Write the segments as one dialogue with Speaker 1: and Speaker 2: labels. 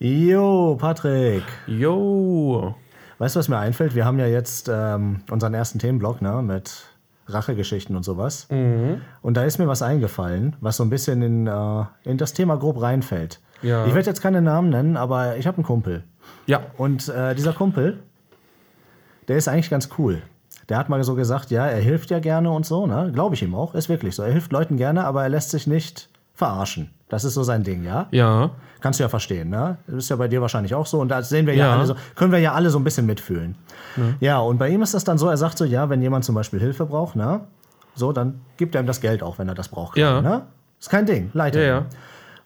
Speaker 1: Jo, Patrick.
Speaker 2: Jo.
Speaker 1: Weißt du, was mir einfällt? Wir haben ja jetzt ähm, unseren ersten Themenblock ne, mit Rachegeschichten und sowas. Und da ist mir was eingefallen, was so ein bisschen in, äh, in das Thema grob reinfällt.
Speaker 2: Ja.
Speaker 1: Ich werde jetzt keine Namen nennen, aber ich habe einen Kumpel.
Speaker 2: Ja.
Speaker 1: Und äh, dieser Kumpel, der ist eigentlich ganz cool. Der hat mal so gesagt, ja, er hilft ja gerne und so, ne? Glaube ich ihm auch, ist wirklich so. Er hilft Leuten gerne, aber er lässt sich nicht verarschen. Das ist so sein Ding, ja?
Speaker 2: Ja.
Speaker 1: Kannst du ja verstehen, ne? Das ist ja bei dir wahrscheinlich auch so. Und da sehen wir ja,
Speaker 2: Ja.
Speaker 1: alle so, können wir ja alle so ein bisschen mitfühlen. Ja, und bei ihm ist das dann so, er sagt so, ja, wenn jemand zum Beispiel Hilfe braucht, ne? So, dann gibt er ihm das Geld auch, wenn er das braucht.
Speaker 2: Ja.
Speaker 1: Ne? Ist kein Ding, leitet.
Speaker 2: Ja,
Speaker 1: ihm.
Speaker 2: ja.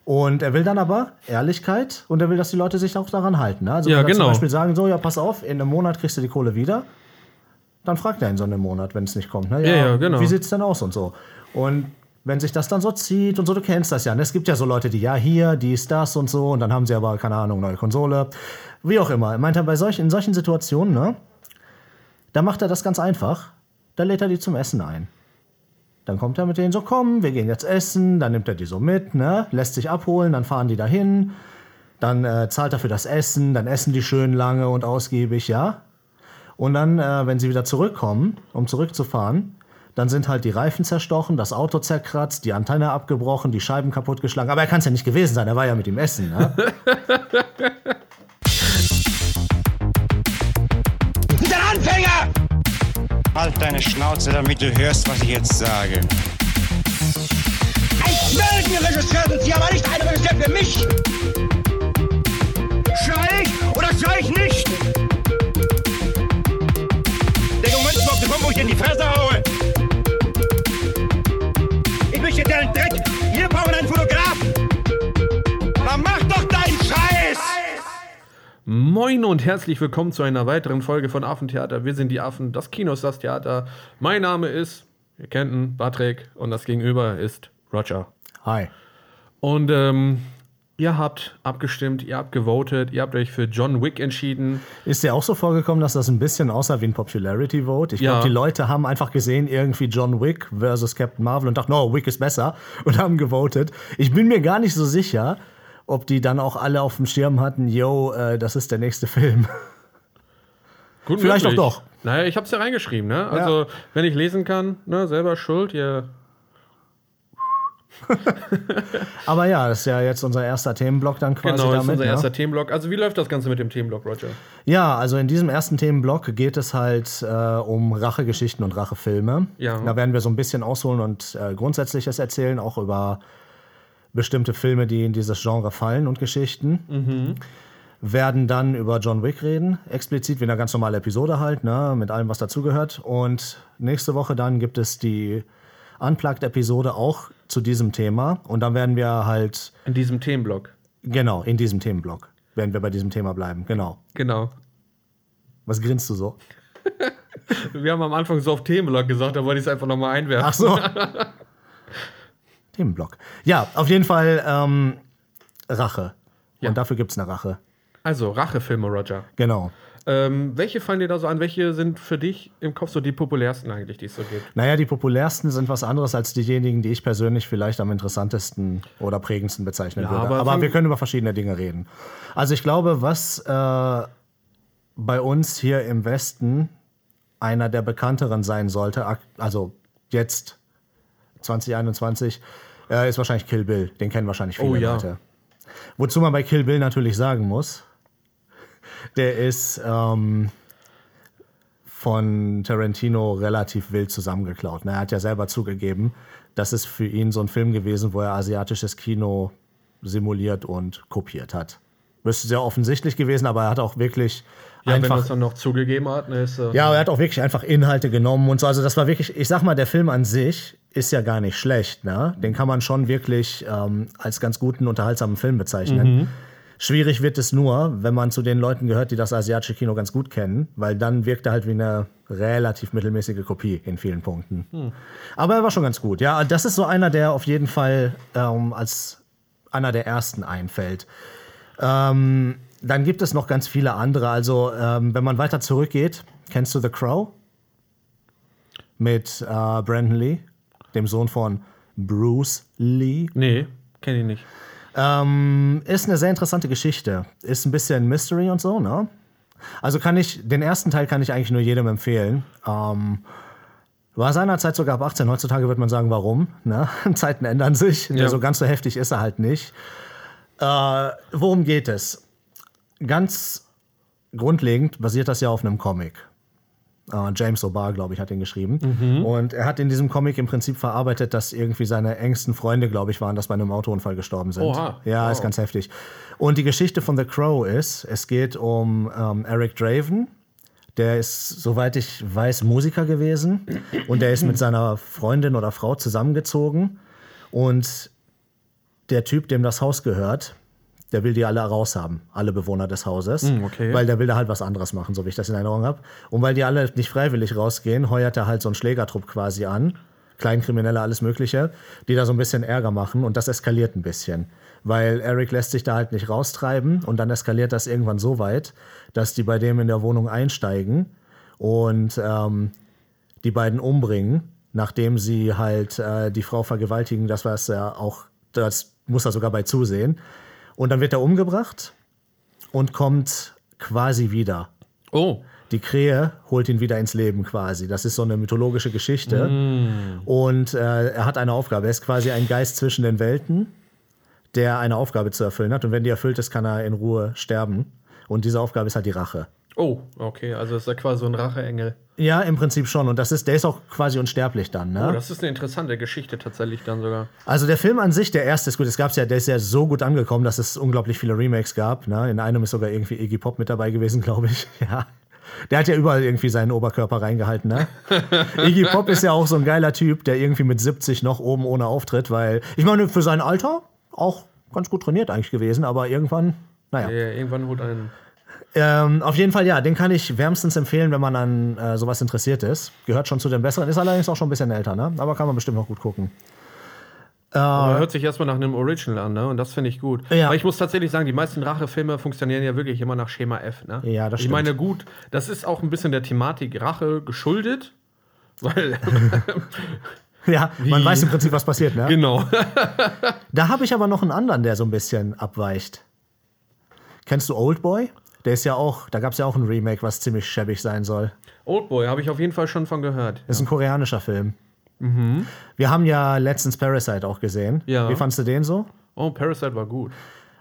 Speaker 1: Und er will dann aber Ehrlichkeit und er will, dass die Leute sich auch daran halten. ne? Also
Speaker 2: Ja,
Speaker 1: wenn dann zum
Speaker 2: genau.
Speaker 1: Beispiel sagen, so, ja, pass auf, in einem Monat kriegst du die Kohle wieder, dann fragt er ihn so in einem Monat, wenn es nicht kommt. Ne?
Speaker 2: Ja, ja, genau.
Speaker 1: Wie sieht es denn aus und so? Und wenn sich das dann so zieht und so, du kennst das ja. Ne? Es gibt ja so Leute, die, ja, hier, dies, das und so, und dann haben sie aber, keine Ahnung, neue Konsole. Wie auch immer. Meint er, bei solch, in solchen Situationen, ne, da macht er das ganz einfach. Da lädt er die zum Essen ein. Dann kommt er mit denen so, komm, wir gehen jetzt essen. Dann nimmt er die so mit, ne? lässt sich abholen, dann fahren die dahin. Dann äh, zahlt er für das Essen, dann essen die schön lange und ausgiebig, ja. Und dann, äh, wenn sie wieder zurückkommen, um zurückzufahren, dann sind halt die Reifen zerstochen, das Auto zerkratzt, die Antenne abgebrochen, die Scheiben kaputtgeschlagen. Aber er kann es ja nicht gewesen sein, er war ja mit ihm essen. Ne?
Speaker 3: Der Anfänger! Halt deine Schnauze, damit du hörst, was ich jetzt sage. Ein Melden Regisseur sind Sie, aber nicht eine Regisseur für mich! Schrei ich oder schrei ich nicht? Der Moment ist auf wo ich dir in die Fresse haue! Ich möchte deinen Dreck! Wir brauchen einen Fotografen! Dann mach doch deinen Scheiß!
Speaker 2: Moin und herzlich willkommen zu einer weiteren Folge von Affentheater. Wir sind die Affen, das Kino ist das Theater. Mein Name ist, ihr kennt ihn, Patrick und das Gegenüber ist Roger.
Speaker 1: Hi.
Speaker 2: Und ähm, ihr habt abgestimmt, ihr habt gewotet, ihr habt euch für John Wick entschieden.
Speaker 1: Ist dir auch so vorgekommen, dass das ein bisschen aussah wie ein Popularity Vote? Ich glaube,
Speaker 2: Ja.
Speaker 1: die Leute haben einfach gesehen, irgendwie John Wick versus Captain Marvel und dachten, no, Wick ist besser und haben gewotet. Ich bin mir gar nicht so sicher, ob die dann auch alle auf dem Schirm hatten, yo, äh, das ist der nächste Film.
Speaker 2: Gut
Speaker 1: Vielleicht
Speaker 2: möglich.
Speaker 1: auch doch.
Speaker 2: Naja, ich hab's ja reingeschrieben, ne? Also, wenn ich lesen kann, ne, selber schuld, ihr.
Speaker 1: Aber ja, das ist ja jetzt unser erster Themenblock dann quasi
Speaker 2: Genau, das ist
Speaker 1: damit.
Speaker 2: unser
Speaker 1: ne?
Speaker 2: erster Themenblock. Also, wie läuft das Ganze mit dem Themenblock, Roger?
Speaker 1: Ja, also in diesem ersten Themenblock geht es halt äh, um Rachegeschichten und Rachefilme.
Speaker 2: Ja.
Speaker 1: Da werden wir so ein bisschen ausholen und äh, Grundsätzliches erzählen, auch über bestimmte Filme, die in dieses Genre fallen und Geschichten. Werden dann über John Wick reden, explizit wie eine ganz normale Episode halt, ne, mit allem, was dazugehört. Und nächste Woche dann gibt es die Unplugged-Episode auch zu diesem Thema. Und dann werden wir halt,
Speaker 2: In diesem Themenblock.
Speaker 1: genau, in diesem Themenblock, werden wir bei diesem Thema bleiben, genau.
Speaker 2: Genau.
Speaker 1: Was grinst du so?
Speaker 2: Wir haben am Anfang so auf Themenblock gesagt, da wollte ich es einfach nochmal einwerfen.
Speaker 1: Ach so. Themenblock. Ja, auf jeden Fall ähm, Rache. Und dafür gibt es eine Rache.
Speaker 2: Also, Rachefilme, Roger.
Speaker 1: Genau.
Speaker 2: Ähm, welche fallen dir da so an? Welche sind für dich im Kopf so die populärsten eigentlich, die es so gibt?
Speaker 1: Naja, die populärsten sind was anderes als diejenigen, die ich persönlich vielleicht am interessantesten oder prägendsten bezeichnen würde.
Speaker 2: aber
Speaker 1: Aber,
Speaker 2: fang-
Speaker 1: wir können über verschiedene Dinge reden. Also ich glaube, was äh, bei uns hier im Westen einer der bekannteren sein sollte, ak- also jetzt 2021, äh, ist wahrscheinlich Kill Bill. Den kennen wahrscheinlich viele
Speaker 2: Oh ja.
Speaker 1: Leute. Wozu man bei Kill Bill natürlich sagen muss, der ist ähm, von Tarantino relativ wild zusammengeklaut. Ne, Er hat ja selber zugegeben, das ist für ihn so ein Film gewesen, wo er asiatisches Kino simuliert und kopiert hat. Müsste sehr offensichtlich gewesen, aber er hat auch wirklich
Speaker 2: Ja, wenn er
Speaker 1: einfach
Speaker 2: es dann noch zugegeben hat, ne, ist äh,
Speaker 1: ja, aber er hat auch wirklich einfach Inhalte genommen und so. Also das war wirklich, ich sag mal, der Film an sich ist ja gar nicht schlecht. Ne? Den kann man schon wirklich ähm, als ganz guten, unterhaltsamen Film bezeichnen. Schwierig wird es nur, wenn man zu den Leuten gehört, die das asiatische Kino ganz gut kennen, weil dann wirkt er halt wie eine relativ mittelmäßige Kopie in vielen Punkten. Aber er war schon ganz gut. Ja, das ist so einer, der auf jeden Fall ähm, als einer der ersten einfällt. Ähm, dann gibt es noch ganz viele andere. Also, ähm, wenn man weiter zurückgeht, kennst du The Crow? Mit äh, Brandon Lee, dem Sohn von Bruce Lee.
Speaker 2: Nee, kenne ich nicht.
Speaker 1: Ähm, ist eine sehr interessante Geschichte. Ist ein bisschen Mystery und so, ne? Also kann ich, den ersten Teil kann ich eigentlich nur jedem empfehlen. Ähm, war seinerzeit sogar ab 18. Heutzutage wird man sagen, warum. Ne? Zeiten ändern sich.
Speaker 2: Ja.
Speaker 1: So ganz so heftig ist er halt nicht. Äh, worum geht es? Ganz grundlegend basiert das ja auf einem Comic. Äh, James O'Barr, glaube ich, hat den geschrieben.
Speaker 2: Mhm.
Speaker 1: Und er hat in diesem Comic im Prinzip verarbeitet, dass irgendwie seine engsten Freunde, glaube ich, waren, dass bei einem Autounfall gestorben sind.
Speaker 2: Oha.
Speaker 1: Ja,
Speaker 2: Wow.
Speaker 1: ist ganz heftig. Und die Geschichte von The Crow ist, es geht um ähm, Eric Draven. Der ist, soweit ich weiß, Musiker gewesen. Und der ist mit seiner Freundin oder Frau zusammengezogen. Und der Typ, dem das Haus gehört, der will die alle raushaben, alle Bewohner des Hauses,
Speaker 2: okay.
Speaker 1: weil der will da halt was anderes machen, so wie ich das in Erinnerung habe. Und weil die alle nicht freiwillig rausgehen, heuert er halt so einen Schlägertrupp quasi an, Kleinkriminelle, alles Mögliche, die da so ein bisschen Ärger machen und das eskaliert ein bisschen. Weil Eric lässt sich da halt nicht raustreiben und dann eskaliert das irgendwann so weit, dass die bei dem in der Wohnung einsteigen und ähm, die beiden umbringen, nachdem sie halt äh, die Frau vergewaltigen. Das war es ja auch, das muss er sogar bei zusehen. Und dann wird er umgebracht und kommt quasi wieder.
Speaker 2: Oh,
Speaker 1: Die Krähe holt ihn wieder ins Leben quasi. Das ist so eine mythologische Geschichte. Und äh, er hat eine Aufgabe. Er ist quasi ein Geist zwischen den Welten, der eine Aufgabe zu erfüllen hat. Und wenn die erfüllt ist, kann er in Ruhe sterben. Und diese Aufgabe ist halt die Rache.
Speaker 2: oh, okay. Also ist er quasi so ein Racheengel.
Speaker 1: Ja, im Prinzip schon. Und das ist, der ist auch quasi unsterblich dann. Ne?
Speaker 2: Oh, das ist eine interessante Geschichte tatsächlich dann sogar.
Speaker 1: Also der Film an sich, der erste ist gut, es gab's ja, der ist ja so gut angekommen, dass es unglaublich viele Remakes gab. Ne? In einem ist sogar irgendwie Iggy Pop mit dabei gewesen, glaube ich. Ja. Der hat ja überall irgendwie seinen Oberkörper reingehalten. Ne? Iggy Pop ist ja auch so ein geiler Typ, der irgendwie mit 70 noch oben ohne auftritt, weil ich meine, für sein Alter auch ganz gut trainiert eigentlich gewesen, aber irgendwann, naja.
Speaker 2: Äh, irgendwann holt einen.
Speaker 1: Ähm, auf jeden Fall, ja, den kann ich wärmstens empfehlen, wenn man an äh, sowas interessiert ist. Gehört schon zu den besseren, ist allerdings auch schon ein bisschen älter, ne? aber kann man bestimmt noch gut gucken.
Speaker 2: Aber hört sich erstmal nach einem Original an, ne? Und das finde ich gut.
Speaker 1: Ja.
Speaker 2: Aber ich muss tatsächlich sagen, die meisten Rachefilme funktionieren ja wirklich immer nach Schema F, ne?
Speaker 1: Ja, das
Speaker 2: Ich
Speaker 1: stimmt.
Speaker 2: meine, gut, das ist auch ein bisschen der Thematik Rache geschuldet. Weil,
Speaker 1: Ja, man
Speaker 2: Wie?
Speaker 1: weiß im Prinzip, was passiert, ne?
Speaker 2: genau.
Speaker 1: Da habe ich aber noch einen anderen, der so ein bisschen abweicht. Kennst du Oldboy? Der ist ja auch, da gab es ja auch ein Remake, was ziemlich schäbig sein soll.
Speaker 2: Oldboy habe ich auf jeden Fall schon von gehört.
Speaker 1: Ist ein koreanischer Film. Wir haben ja letztens Parasite auch gesehen.
Speaker 2: Ja.
Speaker 1: Wie fandst du den so?
Speaker 2: Oh, Parasite war gut.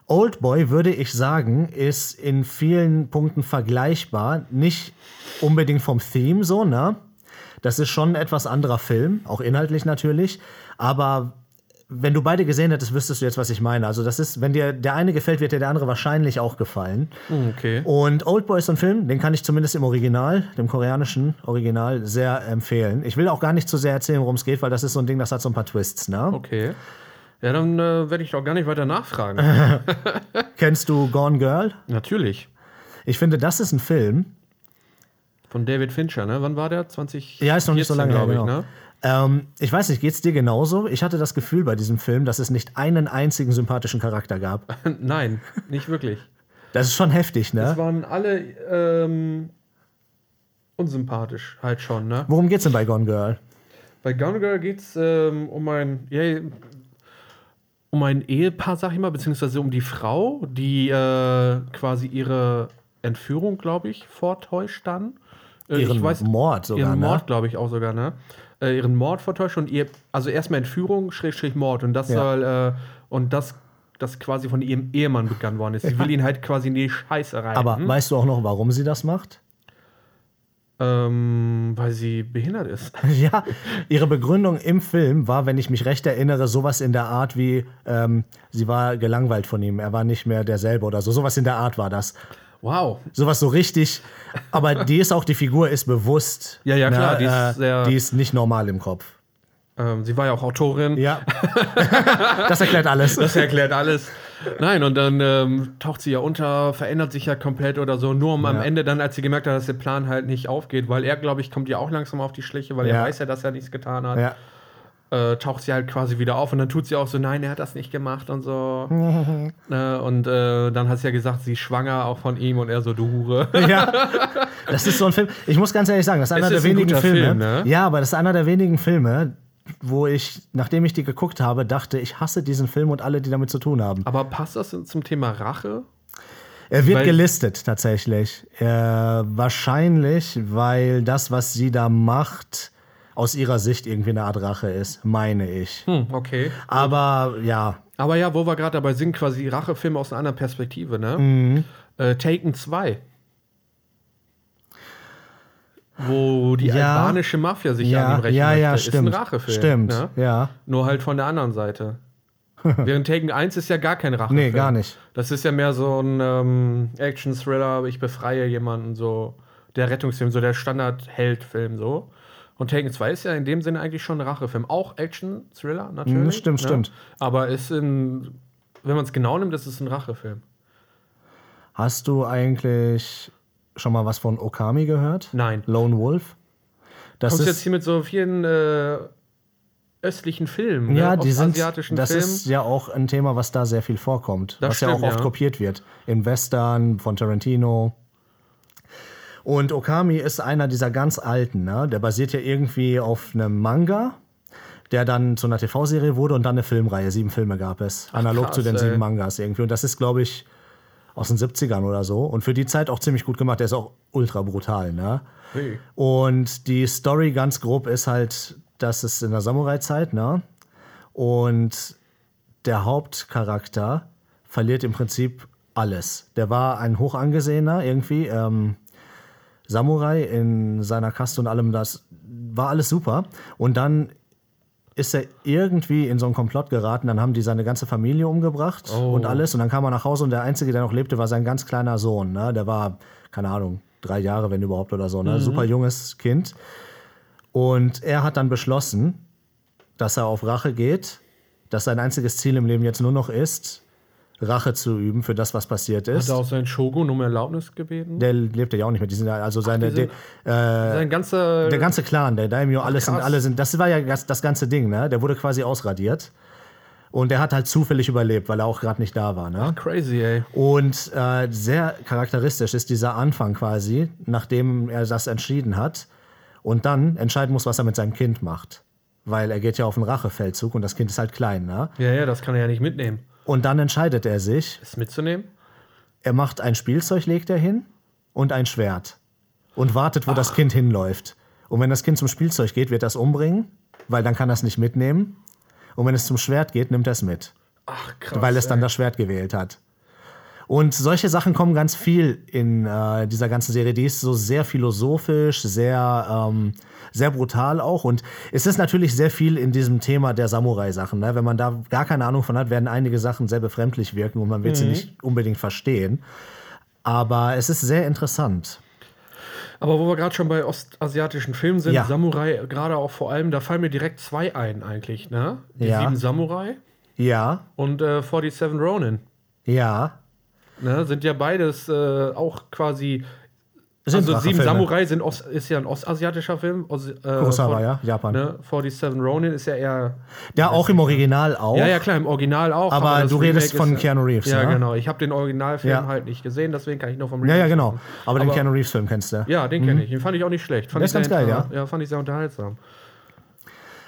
Speaker 1: Oldboy, würde ich sagen, ist in vielen Punkten vergleichbar. Nicht unbedingt vom Theme so, ne? Das ist schon ein etwas anderer Film, auch inhaltlich natürlich. Aber wenn du beide gesehen hättest, wüsstest du jetzt, was ich meine. Also, das ist, wenn dir der eine gefällt, wird dir der andere wahrscheinlich auch gefallen.
Speaker 2: Hm, Okay.
Speaker 1: Und Oldboy ist so ein Film, den kann ich zumindest im Original, dem koreanischen Original, sehr empfehlen. Ich will auch gar nicht zu sehr erzählen, worum es geht, weil das ist so ein Ding, das hat so ein paar Twists, ne?
Speaker 2: Okay. Ja, dann äh, werde ich doch gar nicht weiter nachfragen.
Speaker 1: Kennst du Gone Girl?
Speaker 2: Natürlich.
Speaker 1: Ich finde, das ist ein Film,
Speaker 2: Von David Fincher, ne? Wann war der? 20?
Speaker 1: Ja, ist noch nicht so lange her,
Speaker 2: glaube ich,
Speaker 1: genau.
Speaker 2: ne?
Speaker 1: Ähm, ich weiß nicht, geht's dir genauso? Ich hatte das Gefühl bei diesem Film, dass es nicht einen einzigen sympathischen Charakter gab.
Speaker 2: Nein, nicht wirklich.
Speaker 1: Das ist schon heftig,
Speaker 2: Es
Speaker 1: ne?
Speaker 2: waren alle ähm, unsympathisch halt schon, ne?
Speaker 1: Worum geht's denn bei Gone Girl?
Speaker 2: Bei Gone Girl geht's ähm, um ein ja, um ein Ehepaar, sag ich mal, beziehungsweise um die Frau, die äh, quasi ihre Entführung, glaube ich, vortäuscht dann. Äh,
Speaker 1: Ihren
Speaker 2: ich weiß,
Speaker 1: Mord sogar,
Speaker 2: ihren
Speaker 1: ne?
Speaker 2: Mord, glaube ich, auch sogar, ne? Äh, ihren Mord vortäuscht und ihr, also erstmal Entführung, Schrägstrich Mord und das
Speaker 1: Ja.
Speaker 2: soll, äh, und das, das quasi von ihrem Ehemann begangen worden ist. Sie will ihn halt quasi in die Scheiße rein. hm?
Speaker 1: Aber weißt du auch noch, warum sie das macht?
Speaker 2: Ähm, weil sie behindert ist.
Speaker 1: ja, ihre Begründung im Film war, wenn ich mich recht erinnere, sowas in der Art wie, ähm, sie war gelangweilt von ihm, er war nicht mehr derselbe oder so. Sowas in der Art war das.
Speaker 2: Wow.
Speaker 1: Sowas so richtig. Aber die ist auch, die Figur ist bewusst.
Speaker 2: Ja, ja,
Speaker 1: ne,
Speaker 2: klar, die ist
Speaker 1: äh,
Speaker 2: sehr-
Speaker 1: die ist nicht normal im Kopf.
Speaker 2: Ähm, sie war ja auch Autorin.
Speaker 1: Ja. das erklärt alles.
Speaker 2: Das erklärt alles. Nein, und dann ähm, taucht sie ja unter, verändert sich ja komplett oder so, nur um am
Speaker 1: Ja.
Speaker 2: Ende dann, als sie gemerkt hat, dass der Plan halt nicht aufgeht, weil er, glaube ich, kommt ihr auch langsam auf die Schliche, weil er
Speaker 1: Ja.
Speaker 2: weiß ja, dass er nichts getan hat,
Speaker 1: ja.
Speaker 2: äh, taucht sie halt quasi wieder auf und dann tut sie auch so, nein, er hat das nicht gemacht und so. äh, und äh, dann hat sie ja gesagt, sie ist schwanger auch von ihm und er so, du Hure.
Speaker 1: Ja, das ist so ein Film. Ich muss ganz ehrlich sagen, das ist einer
Speaker 2: Es
Speaker 1: der
Speaker 2: ist ein
Speaker 1: wenigen
Speaker 2: guter
Speaker 1: Filme.
Speaker 2: Film, ne?
Speaker 1: Ja, aber das ist einer der wenigen Filme, wo ich, nachdem ich die geguckt habe, dachte, ich hasse diesen Film und alle, die damit zu tun haben.
Speaker 2: Aber passt das in- zum Thema Rache?
Speaker 1: Er wird
Speaker 2: Weil-
Speaker 1: gelistet tatsächlich. Äh, wahrscheinlich, weil das, was sie da macht, aus ihrer Sicht irgendwie eine Art Rache ist, meine ich.
Speaker 2: Hm, okay.
Speaker 1: Aber ja,
Speaker 2: Aber ja, wo wir gerade dabei sind, quasi Rachefilme aus einer anderen Perspektive, ne?
Speaker 1: Mhm.
Speaker 2: Äh, Taken 2. Wo die
Speaker 1: Ja.
Speaker 2: albanische Mafia sich an
Speaker 1: ja,
Speaker 2: ihm rächen
Speaker 1: ja,
Speaker 2: möchte.
Speaker 1: ja,
Speaker 2: ist
Speaker 1: stimmt.
Speaker 2: ein Rachefilm.
Speaker 1: stimmt,
Speaker 2: Ne?
Speaker 1: ja.
Speaker 2: Nur halt von der anderen Seite. Während Taken 1 ist ja gar kein Rachefilm.
Speaker 1: Nee, gar nicht.
Speaker 2: Das ist ja mehr so ein ähm, Action-Thriller, ich befreie jemanden, so der Rettungsfilm, so der Standard-Held-Film, so. Und Taken 2 ist ja in dem Sinne eigentlich schon ein Rachefilm. Auch Action-Thriller, natürlich.
Speaker 1: Mhm, stimmt,
Speaker 2: ne?
Speaker 1: stimmt.
Speaker 2: Aber ist in, wenn man es genau nimmt, ist es ein Rachefilm.
Speaker 1: Hast du eigentlich schon mal was von Okami gehört?
Speaker 2: Nein.
Speaker 1: Lone Wolf? Das
Speaker 2: Kommst
Speaker 1: ist
Speaker 2: du jetzt hier mit so vielen äh, östlichen Filmen,
Speaker 1: ja,
Speaker 2: ne?
Speaker 1: die sind,
Speaker 2: asiatischen
Speaker 1: das
Speaker 2: Filmen.
Speaker 1: ist ja auch ein Thema, was da sehr viel vorkommt,
Speaker 2: Das
Speaker 1: was ja
Speaker 2: stimmt,
Speaker 1: auch oft
Speaker 2: ja.
Speaker 1: kopiert wird. In Western, von Tarantino. Und Okami ist einer dieser ganz alten, ne? der basiert ja irgendwie auf einem Manga, der dann zu einer TV-Serie wurde und dann eine Filmreihe, sieben Filme gab es, analog
Speaker 2: krass,
Speaker 1: zu den
Speaker 2: ey.
Speaker 1: sieben Mangas irgendwie. Und das ist, glaube ich, aus den 70ern oder so und für die Zeit auch ziemlich gut gemacht, der ist auch ultra brutal, ne?
Speaker 2: Hui.
Speaker 1: Und die Story ganz grob ist halt, dass es in der Samurai-Zeit, ne? Und der Hauptcharakter verliert im Prinzip alles. Der war ein hoch angesehener irgendwie ähm, Samurai in seiner Kaste und allem. Das war alles super. Und dann ist er irgendwie in so einen Komplott geraten. Dann haben die seine ganze Familie umgebracht
Speaker 2: Oh.
Speaker 1: und alles. Und dann kam er nach Hause und der Einzige, der noch lebte, war sein ganz kleiner Sohn. Ne? Der war, keine Ahnung, drei Jahre, wenn überhaupt oder so. Ne? Super junges Kind. Und er hat dann beschlossen, dass er auf Rache geht, dass sein einziges Ziel im Leben jetzt nur noch ist, Rache zu üben für das, was passiert
Speaker 2: Hat
Speaker 1: ist.
Speaker 2: er auch seinen Shogun um Erlaubnis gebeten?
Speaker 1: Der lebt ja auch nicht mehr. Die sind ja, also seine,
Speaker 2: die sind-
Speaker 1: de, äh,
Speaker 2: Sein ganzer.
Speaker 1: der ganze Clan, der Daimyo, alles sind,
Speaker 2: krass.
Speaker 1: alle sind, das war ja das, das ganze Ding, ne? Der wurde quasi ausradiert. Und er hat halt zufällig überlebt, weil er auch gerade nicht da war, ne?
Speaker 2: crazy, ey.
Speaker 1: Und äh, sehr charakteristisch ist dieser Anfang quasi, nachdem er das entschieden hat und dann entscheiden muss, was er mit seinem Kind macht. Weil er geht ja auf einen Rachefeldzug und das Kind ist halt klein. Ne?
Speaker 2: Ja, ja, das kann er ja nicht mitnehmen.
Speaker 1: Und dann entscheidet er sich,
Speaker 2: Ist mitzunehmen?
Speaker 1: er macht ein Spielzeug, legt er hin und ein Schwert und wartet, wo das Kind hinläuft. Und wenn das Kind zum Spielzeug geht, wird er es umbringen, weil dann kann er es nicht mitnehmen. Und wenn es zum Schwert geht, nimmt er es mit.
Speaker 2: Ach, krass.
Speaker 1: weil es dann
Speaker 2: ey.
Speaker 1: das Schwert gewählt hat. Und solche Sachen kommen ganz viel in äh, dieser ganzen Serie. Die ist so sehr philosophisch, sehr, ähm, sehr brutal auch. Und es ist natürlich sehr viel in diesem Thema der Samurai-Sachen. Ne? Wenn man da gar keine Ahnung von hat, werden einige Sachen sehr befremdlich wirken und man wird sie
Speaker 2: Mhm.
Speaker 1: nicht unbedingt verstehen. Aber es ist sehr interessant.
Speaker 2: Aber wo wir gerade schon bei ostasiatischen Filmen sind,
Speaker 1: Ja.
Speaker 2: Samurai, gerade auch vor allem, da fallen mir direkt zwei ein eigentlich, ne? Die
Speaker 1: Ja.
Speaker 2: sieben Samurai
Speaker 1: Ja,
Speaker 2: und äh, 47 Ronin.
Speaker 1: ja.
Speaker 2: Ne? Sind ja beides äh, auch quasi.
Speaker 1: Es sind
Speaker 2: also sieben
Speaker 1: Rachefilme.
Speaker 2: Samurai sind Ost, ist ja ein ostasiatischer Film. Os, äh,
Speaker 1: Kurosawa,
Speaker 2: von-
Speaker 1: ja, Japan.
Speaker 2: Ne? 47 Ronin ist ja eher.
Speaker 1: Ja, auch im Original auch.
Speaker 2: Ja, ja, klar, im Original auch.
Speaker 1: Aber
Speaker 2: das
Speaker 1: du redest
Speaker 2: Remake
Speaker 1: von
Speaker 2: ist-
Speaker 1: Keanu Reeves,
Speaker 2: Ja,
Speaker 1: ne?
Speaker 2: genau. Ich habe den Originalfilm
Speaker 1: Ja.
Speaker 2: halt nicht gesehen, deswegen kann ich nur vom
Speaker 1: ja, ja,
Speaker 2: Remake
Speaker 1: genau. Aber, den
Speaker 2: Aber-
Speaker 1: Keanu Reeves-Film kennst du.
Speaker 2: Ja, den kenne ich. Den fand ich auch nicht schlecht. Fand
Speaker 1: Der
Speaker 2: ich
Speaker 1: ist
Speaker 2: sehr
Speaker 1: ganz geil,
Speaker 2: inter- Ja, fand ich sehr unterhaltsam.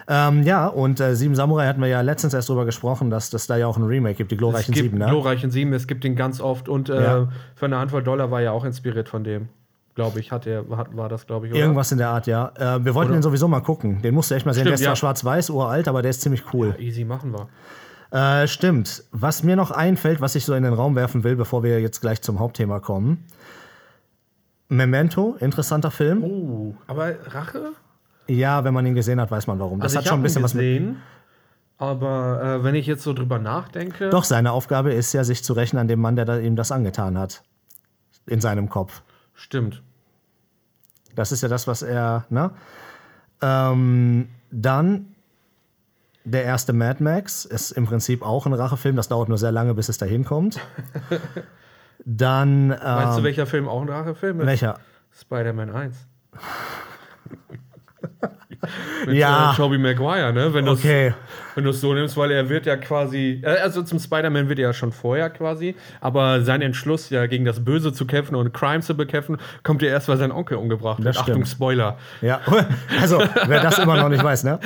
Speaker 1: Ähm, ja, und äh, Sieben Samurai hatten wir ja letztens erst drüber gesprochen, dass das da ja auch ein Remake gibt, die
Speaker 2: Es
Speaker 1: glorreichen
Speaker 2: gibt
Speaker 1: Sieben, ne?
Speaker 2: glorreichen Sieben, es gibt den ganz oft und äh,
Speaker 1: Ja.
Speaker 2: für eine Handvoll Dollar war ja auch inspiriert von dem. Glaube ich, hat er, hat, war das, glaube ich, oder?
Speaker 1: Irgendwas in der Art, ja. Äh, wir wollten den sowieso mal gucken. Den musst du echt mal sehen. der
Speaker 2: Stimmt,
Speaker 1: ist zwar
Speaker 2: ja.
Speaker 1: schwarz-weiß, uralt, aber der ist ziemlich cool.
Speaker 2: Easy machen wir.
Speaker 1: Äh, stimmt. Was mir noch einfällt, was ich so in den Raum werfen will, bevor wir jetzt gleich zum Hauptthema kommen. Memento, interessanter Film.
Speaker 2: Uh, aber Rache?
Speaker 1: Ja, wenn man ihn gesehen hat, weiß man warum. Das
Speaker 2: Also
Speaker 1: hat
Speaker 2: ich
Speaker 1: schon
Speaker 2: hab
Speaker 1: ein bisschen
Speaker 2: ihn
Speaker 1: was mit.
Speaker 2: gesehen, Aber äh, wenn ich jetzt so drüber nachdenke,
Speaker 1: Doch, seine Aufgabe ist ja, sich zu rächen an dem Mann, der da ihm das angetan hat. In seinem Kopf.
Speaker 2: stimmt.
Speaker 1: Das ist ja das, was er. Ne? Ähm, dann der erste Mad Max ist im Prinzip auch ein Rachefilm. Das dauert nur sehr lange, bis es dahin kommt. Dann
Speaker 2: Weißt du,
Speaker 1: ähm,
Speaker 2: welcher Film auch ein Rachefilm ist?
Speaker 1: welcher?
Speaker 2: Spider-Man 1. Mit
Speaker 1: Ja.
Speaker 2: äh, Tobey Maguire, ne? Wenn du's-
Speaker 1: Okay,
Speaker 2: Wenn du es so nimmst, weil er wird ja quasi, äh, also zum Spider-Man wird er ja schon vorher quasi, aber sein Entschluss, ja gegen das Böse zu kämpfen und Crime zu bekämpfen, kommt ja erst, weil sein Onkel umgebracht wird.
Speaker 1: stimmt.
Speaker 2: Achtung, Spoiler.
Speaker 1: ja. Also wer das immer noch nicht weiß, ne?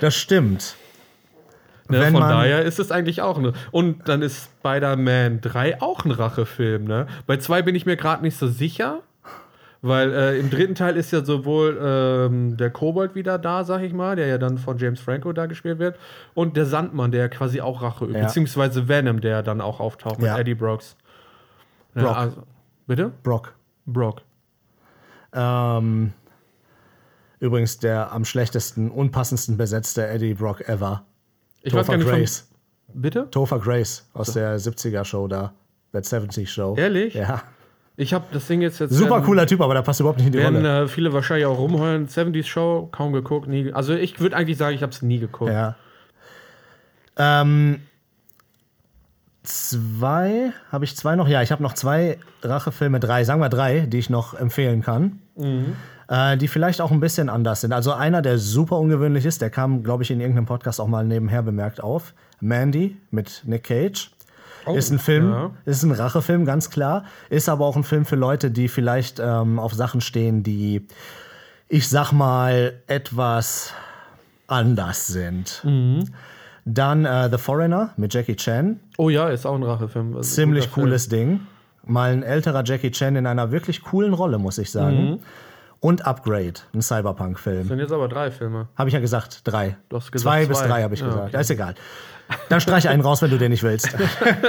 Speaker 1: Das stimmt.
Speaker 2: Ne?
Speaker 1: Wenn
Speaker 2: Von
Speaker 1: man-
Speaker 2: daher ist es eigentlich auch eine. Und dann ist Spider-Man 3 auch ein Rachefilm. Ne? Bei 2 bin ich mir gerade nicht so sicher, weil äh, im dritten Teil ist ja sowohl ähm, der Kobold wieder da, sag ich mal, der ja dann von James Franco da gespielt wird, und der Sandmann, der ja quasi auch Rache übt,
Speaker 1: Ja.
Speaker 2: beziehungsweise Venom, der dann auch auftaucht mit
Speaker 1: Ja.
Speaker 2: Eddie Brooks. Ne,
Speaker 1: Brock.
Speaker 2: also- bitte?
Speaker 1: Brock.
Speaker 2: Brock.
Speaker 1: Ähm, übrigens der am schlechtesten, unpassendsten besetzte Eddie Brock ever.
Speaker 2: Ich weiß
Speaker 1: Topher
Speaker 2: gar nicht, von,
Speaker 1: Grace.
Speaker 2: bitte?
Speaker 1: Topher Grace aus der 70er-Show da. That 70 Show.
Speaker 2: Ehrlich?
Speaker 1: Ja.
Speaker 2: Ich habe das Ding jetzt ähm, jetzt
Speaker 1: Super
Speaker 2: werden-
Speaker 1: cooler Typ, aber der passt überhaupt nicht in die
Speaker 2: Werden
Speaker 1: Rolle.
Speaker 2: äh, viele wahrscheinlich auch rumheulen. 70s Show, kaum geguckt, nie. ge- Also ich würde eigentlich sagen, ich habe es nie geguckt.
Speaker 1: Ja. Ähm, zwei, habe ich zwei noch? Ja, ich habe noch zwei Rachefilme, drei, sagen wir drei, die ich noch empfehlen kann. Äh, die vielleicht auch ein bisschen anders sind. Also einer, der super ungewöhnlich ist, der kam, glaube ich, in irgendeinem Podcast auch mal nebenher bemerkt auf. Mandy mit Nick Cage. ist ein Film,
Speaker 2: ja.
Speaker 1: ist ein Rachefilm, ganz klar. Ist aber auch ein Film für Leute, die vielleicht ähm, auf Sachen stehen, die, ich sag mal, etwas anders sind. Dann äh, The Foreigner mit Jackie Chan.
Speaker 2: Oh ja, ist auch ein Rachefilm. Also
Speaker 1: Ziemlich
Speaker 2: guter Film.
Speaker 1: cooles Ding. Mal ein älterer Jackie Chan in einer wirklich coolen Rolle, muss ich sagen.
Speaker 2: Mhm.
Speaker 1: Und Upgrade, ein Cyberpunk-Film.
Speaker 2: Sind jetzt aber drei Filme.
Speaker 1: Habe ich ja gesagt, drei.
Speaker 2: Du hast gesagt
Speaker 1: zwei bis
Speaker 2: zwei.
Speaker 1: drei habe ich
Speaker 2: Ja,
Speaker 1: gesagt.
Speaker 2: okay.
Speaker 1: Ist egal. Dann streich einen raus, wenn du den nicht willst.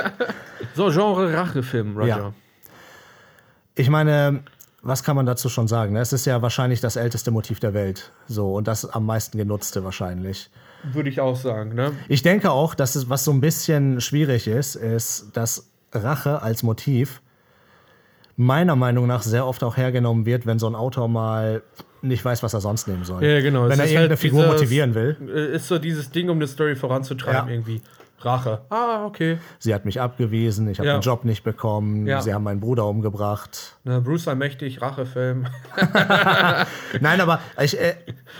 Speaker 2: So, Genre Rachefilm, Roger.
Speaker 1: Ich meine, was kann man dazu schon sagen? ne? Es ist ja wahrscheinlich das älteste Motiv der Welt. So, und das am meisten genutzte wahrscheinlich.
Speaker 2: Würde ich auch sagen. Ne?
Speaker 1: Ich denke auch, dass es, was so ein bisschen schwierig ist, ist, dass Rache als Motiv meiner Meinung nach sehr oft auch hergenommen wird, wenn so ein Autor mal nicht weiß, was er sonst nehmen soll.
Speaker 2: Ja, genau.
Speaker 1: Wenn
Speaker 2: Es
Speaker 1: er
Speaker 2: ist
Speaker 1: irgendeine
Speaker 2: halt
Speaker 1: Figur
Speaker 2: dieses-
Speaker 1: motivieren will.
Speaker 2: Äh, Ist so dieses Ding, um eine Story voranzutreiben,
Speaker 1: Ja.
Speaker 2: irgendwie. Rache. Ah, okay.
Speaker 1: Sie hat mich abgewiesen, ich habe
Speaker 2: Ja.
Speaker 1: den Job nicht bekommen,
Speaker 2: Ja.
Speaker 1: sie haben meinen Bruder umgebracht.
Speaker 2: Na, Bruce allmächtig, Rachefilm.
Speaker 1: Nein, aber ich, äh,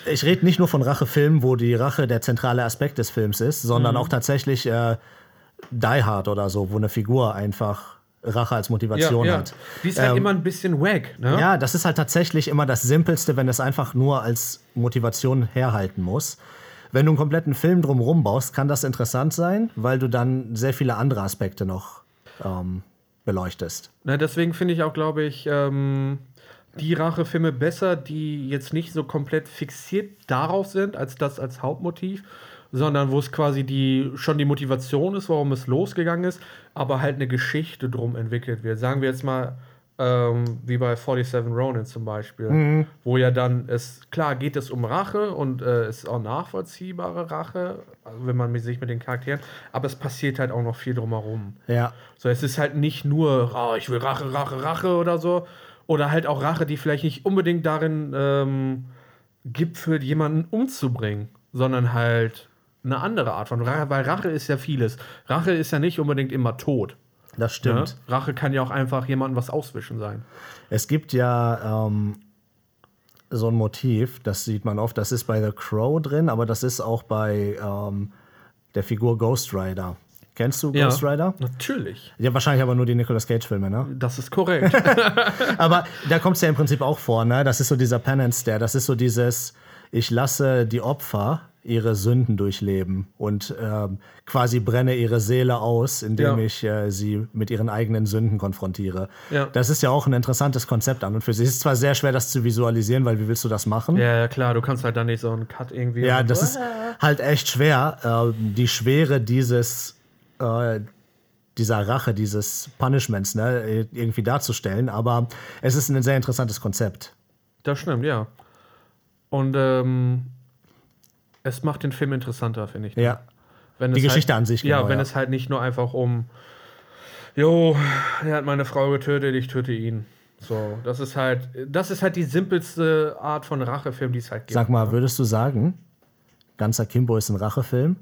Speaker 1: ich rede nicht nur von Rachefilmen, wo die Rache der zentrale Aspekt des Films ist, sondern
Speaker 2: Mhm.
Speaker 1: auch tatsächlich äh, Die Hard oder so, wo eine Figur einfach Rache als Motivation hat. Ähm,
Speaker 2: Die ist halt immer ein bisschen wack. Ne?
Speaker 1: Ja, das ist halt tatsächlich immer das Simpelste, wenn das einfach nur als Motivation herhalten muss. Wenn du einen kompletten Film drumherum baust, kann das interessant sein, weil du dann sehr viele andere Aspekte noch ähm, beleuchtest.
Speaker 2: Na, Ne, deswegen finde ich auch, glaube ich, ähm, die Rachefilme besser, die jetzt nicht so komplett fixiert darauf sind, als das als Hauptmotiv, sondern wo es quasi die, schon die Motivation ist, warum es losgegangen ist, aber halt eine Geschichte drum entwickelt wird. Sagen wir jetzt mal, ähm, wie bei 47 Ronin zum Beispiel, wo ja dann es, klar geht es um Rache und äh, es ist auch nachvollziehbare Rache, also wenn man sich mit den Charakteren, aber es passiert halt auch noch viel drumherum.
Speaker 1: Ja.
Speaker 2: So, es ist halt nicht nur, oh, ich will Rache, Rache, Rache oder so. Oder halt auch Rache, die vielleicht nicht unbedingt darin ähm, gipfelt, jemanden umzubringen, sondern halt eine andere Art von Rache, weil Rache ist ja vieles. Rache ist ja nicht unbedingt immer tot.
Speaker 1: Das
Speaker 2: Ne?
Speaker 1: stimmt.
Speaker 2: Rache kann ja auch einfach jemandem was auswischen sein.
Speaker 1: Es gibt ja ähm, so ein Motiv, das sieht man oft, das ist bei The Crow drin, aber das ist auch bei ähm, der Figur Ghost Rider. Kennst du Ghost Rider?
Speaker 2: Natürlich.
Speaker 1: Ja, wahrscheinlich aber nur die Nicolas Cage-Filme, ne?
Speaker 2: Das ist korrekt.
Speaker 1: Aber da kommt es ja im Prinzip auch vor, ne? Das ist so dieser Penance Stare, das ist so dieses, ich lasse die Opfer ihre Sünden durchleben und ähm, quasi brenne ihre Seele aus, indem
Speaker 2: Ja.
Speaker 1: ich äh, sie mit ihren eigenen Sünden konfrontiere.
Speaker 2: Ja.
Speaker 1: Das ist ja auch ein interessantes Konzept an und für sie. Es ist zwar sehr schwer, das zu visualisieren, weil wie willst du das machen?
Speaker 2: ja, ja, klar, du kannst halt dann nicht so einen Cut irgendwie.
Speaker 1: Ja,
Speaker 2: machen.
Speaker 1: das ist halt echt schwer. Äh, die Schwere dieses, äh, dieser Rache, dieses Punishments, ne, irgendwie darzustellen. Aber es ist ein sehr interessantes Konzept.
Speaker 2: Das stimmt, ja. Und ähm, es macht den Film interessanter, finde ich.
Speaker 1: Ja.
Speaker 2: Wenn
Speaker 1: Die
Speaker 2: es
Speaker 1: Geschichte
Speaker 2: halt,
Speaker 1: an sich,
Speaker 2: Ja,
Speaker 1: genau,
Speaker 2: wenn
Speaker 1: ja.
Speaker 2: es halt nicht nur einfach um, jo, er hat meine Frau getötet, ich töte ihn. So, das ist halt, das ist halt die simpelste Art von Rachefilm, die es halt gibt.
Speaker 1: Sag mal, würdest du sagen, ganzer Kimbo ist ein Rachefilm?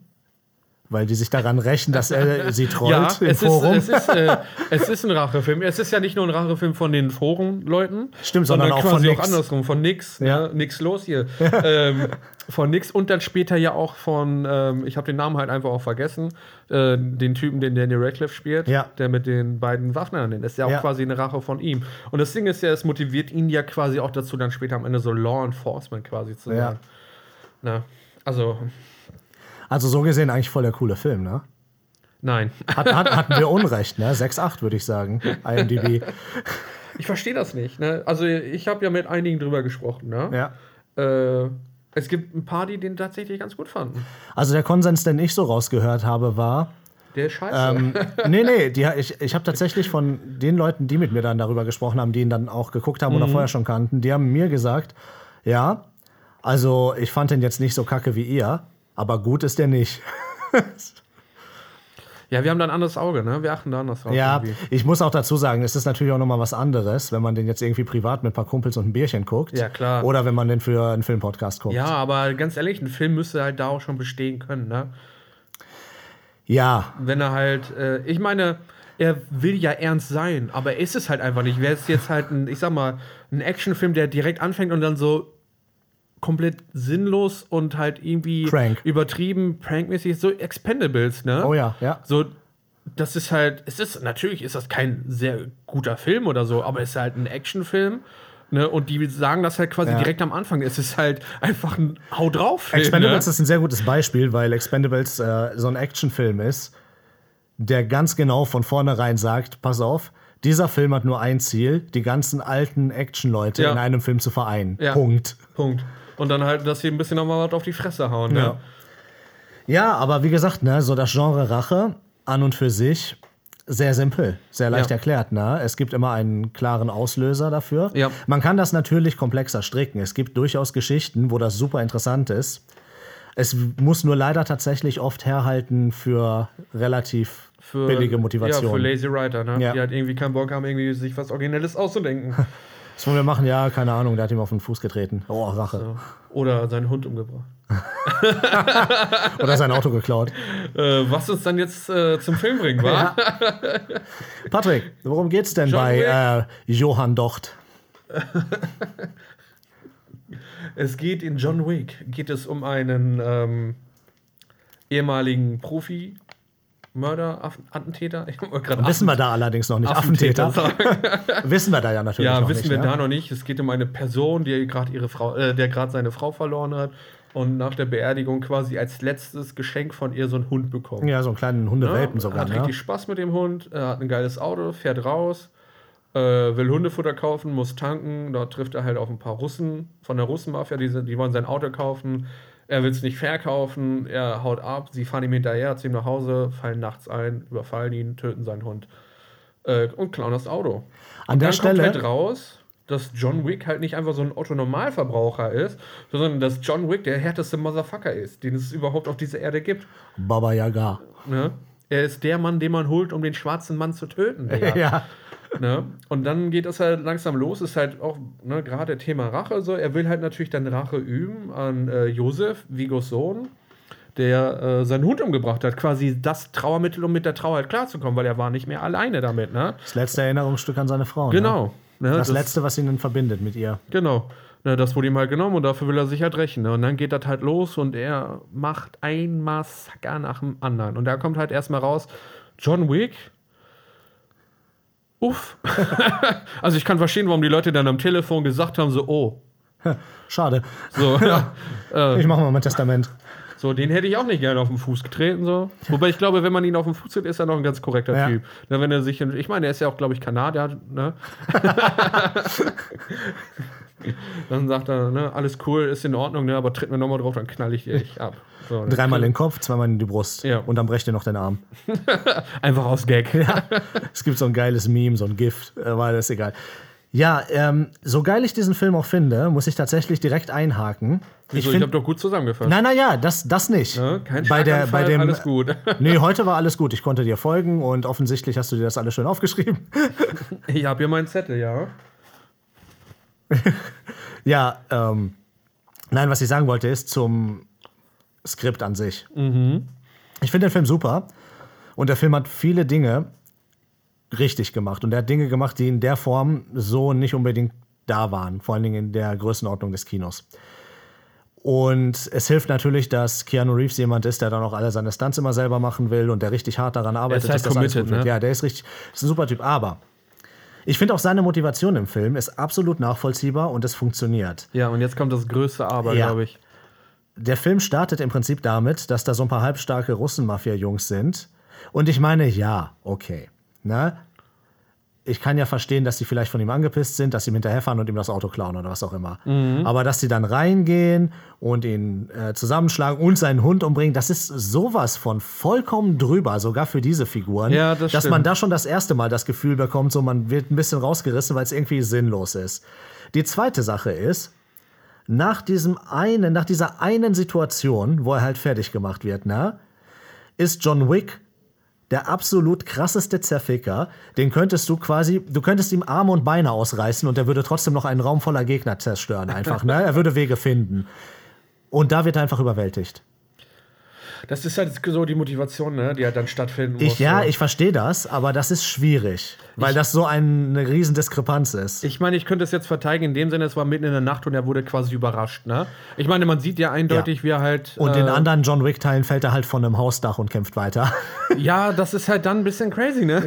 Speaker 1: Weil die sich daran rächen, dass er sie trollt
Speaker 2: ja,
Speaker 1: im
Speaker 2: es ist,
Speaker 1: Forum.
Speaker 2: es, ist, äh, es ist ein Rachefilm. Es ist ja nicht nur ein Rachefilm von den Forenleuten.
Speaker 1: Stimmt, sondern auch von
Speaker 2: auch
Speaker 1: Nix.
Speaker 2: andersrum, von Nix.
Speaker 1: Ja.
Speaker 2: Ne? Nix los hier. ähm, von Nix und dann später ja auch von, ähm, ich habe den Namen halt einfach auch vergessen, äh, den Typen, den Daniel Radcliffe spielt,
Speaker 1: Ja.
Speaker 2: der mit den beiden Waffen an den ist. Ja auch
Speaker 1: Ja.
Speaker 2: quasi eine Rache von ihm. Und das Ding ist ja, es motiviert ihn ja quasi auch dazu, dann später am Ende so Law Enforcement quasi zu
Speaker 1: Ja.
Speaker 2: sein. Na, Also,
Speaker 1: Also so gesehen eigentlich voll der coole Film, ne?
Speaker 2: nein.
Speaker 1: Hat, hat, hatten wir Unrecht, ne? 6,8 würde ich sagen, IMDb.
Speaker 2: Ich verstehe das nicht. Ne? Also, ich habe ja mit einigen drüber gesprochen. Ne?
Speaker 1: Ja.
Speaker 2: Äh, es gibt ein paar, die den tatsächlich ganz gut fanden.
Speaker 1: Also der Konsens, den ich so rausgehört habe, war,
Speaker 2: Der ist scheiße.
Speaker 1: Ähm, nee, nee, die, ich, ich habe tatsächlich von den Leuten, die mit mir dann darüber gesprochen haben, die ihn dann auch geguckt
Speaker 2: Mhm.
Speaker 1: haben oder vorher schon kannten, die haben mir gesagt, ja, also ich fand den jetzt nicht so kacke wie ihr, aber gut ist der nicht.
Speaker 2: Ja, wir haben da ein anderes Auge, ne? Wir achten da anders drauf.
Speaker 1: Ja,
Speaker 2: irgendwie.
Speaker 1: ich muss auch dazu sagen, es ist natürlich auch nochmal was anderes, wenn man den jetzt irgendwie privat mit ein paar Kumpels und ein Bierchen guckt.
Speaker 2: Ja, klar.
Speaker 1: Oder wenn man den für einen Filmpodcast guckt.
Speaker 2: ja, aber ganz ehrlich, ein Film müsste halt da auch schon bestehen können, ne?
Speaker 1: Ja,
Speaker 2: Wenn er halt, äh, ich meine, er will ja ernst sein, aber er ist es halt einfach nicht. Wäre es jetzt halt ein, ich sag mal, ein Actionfilm, der direkt anfängt und dann so komplett sinnlos und halt irgendwie
Speaker 1: Prank.
Speaker 2: übertrieben, prankmäßig, so Expendables, ne?
Speaker 1: oh ja, ja.
Speaker 2: So, das ist halt, es ist, natürlich ist das kein sehr guter Film oder so, aber es ist halt ein Actionfilm. Ne? Und die sagen das halt quasi
Speaker 1: Ja.
Speaker 2: direkt am Anfang. Es ist halt einfach ein Hau drauf.
Speaker 1: Expendables
Speaker 2: ne?
Speaker 1: ist ein sehr gutes Beispiel, weil Expendables äh, so ein Actionfilm ist, der ganz genau von vornherein sagt, pass auf, dieser Film hat nur ein Ziel, die ganzen alten Action-Leute
Speaker 2: Ja.
Speaker 1: in einem Film zu vereinen.
Speaker 2: Ja.
Speaker 1: Punkt.
Speaker 2: Punkt. Und dann halt, dass sie ein bisschen nochmal was auf die Fresse hauen. Ne?
Speaker 1: Ja. Ja, aber wie gesagt, ne, so das Genre Rache an und für sich sehr simpel, sehr leicht
Speaker 2: Ja.
Speaker 1: erklärt. Ne? Es gibt immer einen klaren Auslöser dafür.
Speaker 2: Ja.
Speaker 1: Man kann das natürlich komplexer stricken. Es gibt durchaus Geschichten, wo das super interessant ist. Es muss nur leider tatsächlich oft herhalten für relativ
Speaker 2: Für,
Speaker 1: billige
Speaker 2: Ja, für
Speaker 1: Motivation.
Speaker 2: Lazy Writer. Ne?
Speaker 1: Ja.
Speaker 2: Die halt irgendwie keinen Bock haben, irgendwie sich was Originelles auszudenken.
Speaker 1: das wollen wir machen, ja, keine Ahnung, der hat ihm auf den Fuß getreten. Oh, Rache.
Speaker 2: So. Oder seinen Hund umgebracht.
Speaker 1: Oder sein Auto geklaut.
Speaker 2: Äh, was uns dann jetzt äh, zum Film bringt, war?
Speaker 1: Patrick, worum geht's denn
Speaker 2: John
Speaker 1: bei äh, Johann Docht?
Speaker 2: Es geht in John Wick, geht es um einen ähm, ehemaligen Profi. Mörder, Aff- Attentäter? Ich wollte gerade
Speaker 1: Wissen wir da allerdings noch nicht. Affentäter.
Speaker 2: sagen.
Speaker 1: Wissen wir da ja natürlich
Speaker 2: Ja,
Speaker 1: noch
Speaker 2: wissen
Speaker 1: nicht.
Speaker 2: wir
Speaker 1: ne?
Speaker 2: da noch nicht. Es geht um eine Person, die gerade ihre Frau, äh, der gerade seine Frau verloren hat und nach der Beerdigung quasi als letztes Geschenk von ihr so einen Hund bekommt.
Speaker 1: Ja, so einen kleinen Hundewelpen sogar.
Speaker 2: Hat
Speaker 1: Ne?
Speaker 2: richtig Spaß mit dem Hund, er hat ein geiles Auto, fährt raus, äh, will Hundefutter kaufen, muss tanken. Dort trifft er halt auf ein paar Russen von der Russenmafia, die, sind- die wollen sein Auto kaufen. Er will es nicht verkaufen, er haut ab, sie fahren ihm hinterher, ziehen ihn nach Hause, fallen nachts ein, überfallen ihn, töten seinen Hund äh, und klauen das Auto.
Speaker 1: An der
Speaker 2: Dann
Speaker 1: Stelle.
Speaker 2: kommt halt raus, dass John Wick halt nicht einfach so ein Otto-Normalverbraucher ist, sondern dass John Wick der härteste Motherfucker ist, den es überhaupt auf dieser Erde gibt.
Speaker 1: Baba Yaga.
Speaker 2: Ne? Er ist der Mann, den man holt, um den schwarzen Mann zu töten.
Speaker 1: Ja.
Speaker 2: Digga. Ne? Und dann geht das halt langsam los. Ist halt auch ne, gerade Thema Rache. So. Er will halt natürlich dann Rache üben an äh, Josef, Vigos Sohn, der äh, seinen Hund umgebracht hat. Quasi das Trauermittel, um mit der Trauer halt klarzukommen, weil er war nicht mehr alleine damit. Ne?
Speaker 1: Das letzte Erinnerungsstück an seine Frau. Ne?
Speaker 2: Genau. Ne?
Speaker 1: Das, letzte, was ihn dann verbindet mit ihr.
Speaker 2: Genau. Na, das wurde ihm halt genommen und dafür will er sich halt rächen. Ne? Und dann geht das halt los und er macht ein Massaker nach dem anderen. Und da kommt halt erstmal raus, John Wick. Uff. also ich kann verstehen, warum die Leute dann am Telefon gesagt haben, so, oh.
Speaker 1: Schade.
Speaker 2: So, Äh.
Speaker 1: Ich mache mal mein Testament.
Speaker 2: so, den hätte ich auch nicht gerne auf den Fuß getreten. So. Wobei ich glaube, wenn man ihn auf den Fuß tritt, ist er noch ein ganz korrekter
Speaker 1: Ja.
Speaker 2: Typ. Na, wenn er sich, ich meine, er ist ja auch, glaube ich, Kanadier. Ne? dann sagt er, ne, alles cool, ist in Ordnung, ne, aber tritt mir nochmal drauf, dann knall ich dir echt ab. So, ne?
Speaker 1: Dreimal in den Kopf, zweimal in die Brust.
Speaker 2: Ja.
Speaker 1: Und dann brecht ihr noch den Arm.
Speaker 2: Einfach aus Gag. Also, Ja.
Speaker 1: Es gibt so ein geiles Meme, so ein Gift, äh, weil das ist egal. Ja, ähm, so geil ich diesen Film auch finde, muss ich tatsächlich direkt einhaken.
Speaker 2: Ich, so, ich
Speaker 1: find-
Speaker 2: habe doch gut zusammengefasst.
Speaker 1: Nein, nein, ja, das, das nicht.
Speaker 2: Ne? Kein
Speaker 1: bei der, bei
Speaker 2: Schlaganfall,
Speaker 1: dem,
Speaker 2: alles gut.
Speaker 1: Nee, heute war alles gut. Ich konnte dir folgen und offensichtlich hast du dir das alles schön aufgeschrieben.
Speaker 2: Ich habe hier meinen Zettel, ja.
Speaker 1: Ja, ähm, nein, was ich sagen wollte ist zum Skript an sich. Ich finde den Film super und der Film hat viele Dinge richtig gemacht und er hat Dinge gemacht, die in der Form so nicht unbedingt da waren, vor allen Dingen in der Größenordnung des Kinos. Und es hilft natürlich, dass Keanu Reeves jemand ist, der dann auch alle seine Stunts immer selber machen will und der richtig hart daran arbeitet.
Speaker 2: halt
Speaker 1: dass das alles
Speaker 2: committed,
Speaker 1: gut wird.
Speaker 2: ne?
Speaker 1: Ja, der ist richtig, ist ein super Typ. Aber ich finde auch seine Motivation im Film ist absolut nachvollziehbar und es funktioniert.
Speaker 2: Ja, und jetzt kommt das größte Aber,
Speaker 1: Ja.
Speaker 2: glaube ich.
Speaker 1: der Film startet im Prinzip damit, dass da so ein paar halbstarke Russen-Mafia-Jungs sind. Und ich meine, ja, okay. Ne? Ich kann ja verstehen, dass sie vielleicht von ihm angepisst sind, dass sie ihm hinterherfahren und ihm das Auto klauen oder was auch immer.
Speaker 2: Mhm.
Speaker 1: Aber dass sie dann reingehen und ihn äh, zusammenschlagen und seinen Hund umbringen, das ist sowas von vollkommen drüber, sogar für diese Figuren,
Speaker 2: Ja, das
Speaker 1: dass man
Speaker 2: stimmt.
Speaker 1: da schon das erste Mal das Gefühl bekommt, so man wird ein bisschen rausgerissen, weil es irgendwie sinnlos ist. Die zweite Sache ist, nach diesem einen, nach dieser einen Situation, wo er halt fertig gemacht wird, ne, ist John Wick der absolut krasseste Zerficker. Den könntest du quasi, du könntest ihm Arme und Beine ausreißen und er würde trotzdem noch einen Raum voller Gegner zerstören, einfach, ne? Er würde Wege finden. Und da wird er einfach überwältigt.
Speaker 2: Das ist halt so die Motivation, ne, die halt dann stattfinden muss.
Speaker 1: Ich, ja,
Speaker 2: so.
Speaker 1: ich verstehe das, aber das ist schwierig, weil das so ein, eine Riesendiskrepanz ist.
Speaker 2: Ich meine, ich könnte es jetzt verteidigen in dem Sinne, es war mitten in der Nacht und er wurde quasi überrascht, ne? Ich meine, man sieht ja eindeutig, wie er halt.
Speaker 1: Und
Speaker 2: äh,
Speaker 1: in anderen John Wick-Teilen fällt er halt von einem Hausdach und kämpft weiter.
Speaker 2: Ja, das ist halt dann ein bisschen crazy, ne?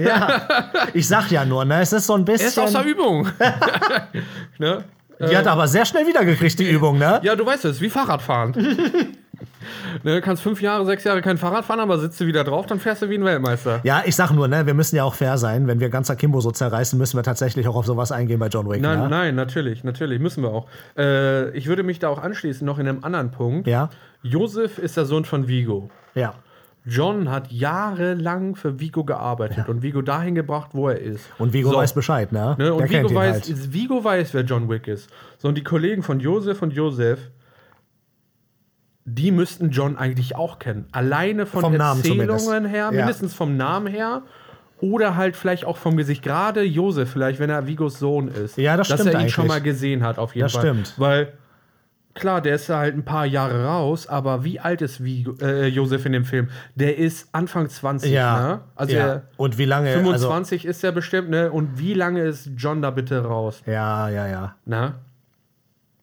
Speaker 1: Ich sag ja nur, ne, es ist so ein bisschen.
Speaker 2: Er ist außer Übung. ne?
Speaker 1: Die hat er aber sehr schnell wiedergekriegt, die Übung, ne?
Speaker 2: Ja, du weißt es, wie Fahrradfahren. ne, kannst fünf Jahre, sechs Jahre kein Fahrrad fahren, aber sitzt du wieder drauf, dann fährst du wie ein Weltmeister.
Speaker 1: Ja, ich sag nur, ne, wir müssen ja auch fair sein. Wenn wir ganz Akimbo so zerreißen, müssen wir tatsächlich auch auf sowas eingehen bei John Wick.
Speaker 2: Nein,
Speaker 1: ne?
Speaker 2: nein, natürlich, natürlich, müssen wir auch. Äh, ich würde mich da auch anschließen, noch in einem anderen Punkt.
Speaker 1: Ja,
Speaker 2: Josef ist der Sohn von Vigo.
Speaker 1: ja.
Speaker 2: John hat jahrelang für Vigo gearbeitet und Vigo dahin gebracht, wo er ist.
Speaker 1: Und Vigo
Speaker 2: So.
Speaker 1: weiß Bescheid, ne?
Speaker 2: Ne? Und
Speaker 1: Der kennt
Speaker 2: Vigo
Speaker 1: ihn
Speaker 2: weiß,
Speaker 1: halt.
Speaker 2: ist- Vigo weiß, wer John Wick ist. So, und die Kollegen von Josef und Josef, die müssten John eigentlich auch kennen. Alleine von
Speaker 1: Vom Namen zumindest.
Speaker 2: Erzählungen her,
Speaker 1: Ja.
Speaker 2: mindestens vom Namen her. Oder halt vielleicht auch vom Gesicht. Gerade Josef, vielleicht, wenn er Vigos Sohn ist.
Speaker 1: Ja, das
Speaker 2: dass
Speaker 1: stimmt
Speaker 2: er ihn schon
Speaker 1: eigentlich.
Speaker 2: mal gesehen hat, auf jeden
Speaker 1: Das
Speaker 2: Fall.
Speaker 1: stimmt.
Speaker 2: Weil, klar, der ist da halt ein paar Jahre raus, aber wie alt ist Vigo, äh, Josef in dem Film? Der ist Anfang 20, ne?
Speaker 1: Ja.
Speaker 2: Also
Speaker 1: ja.
Speaker 2: er,
Speaker 1: Und wie lange? Also,
Speaker 2: 25 ist er bestimmt, ne? Und wie lange ist John da bitte raus?
Speaker 1: ja, ja, ja.
Speaker 2: Ne?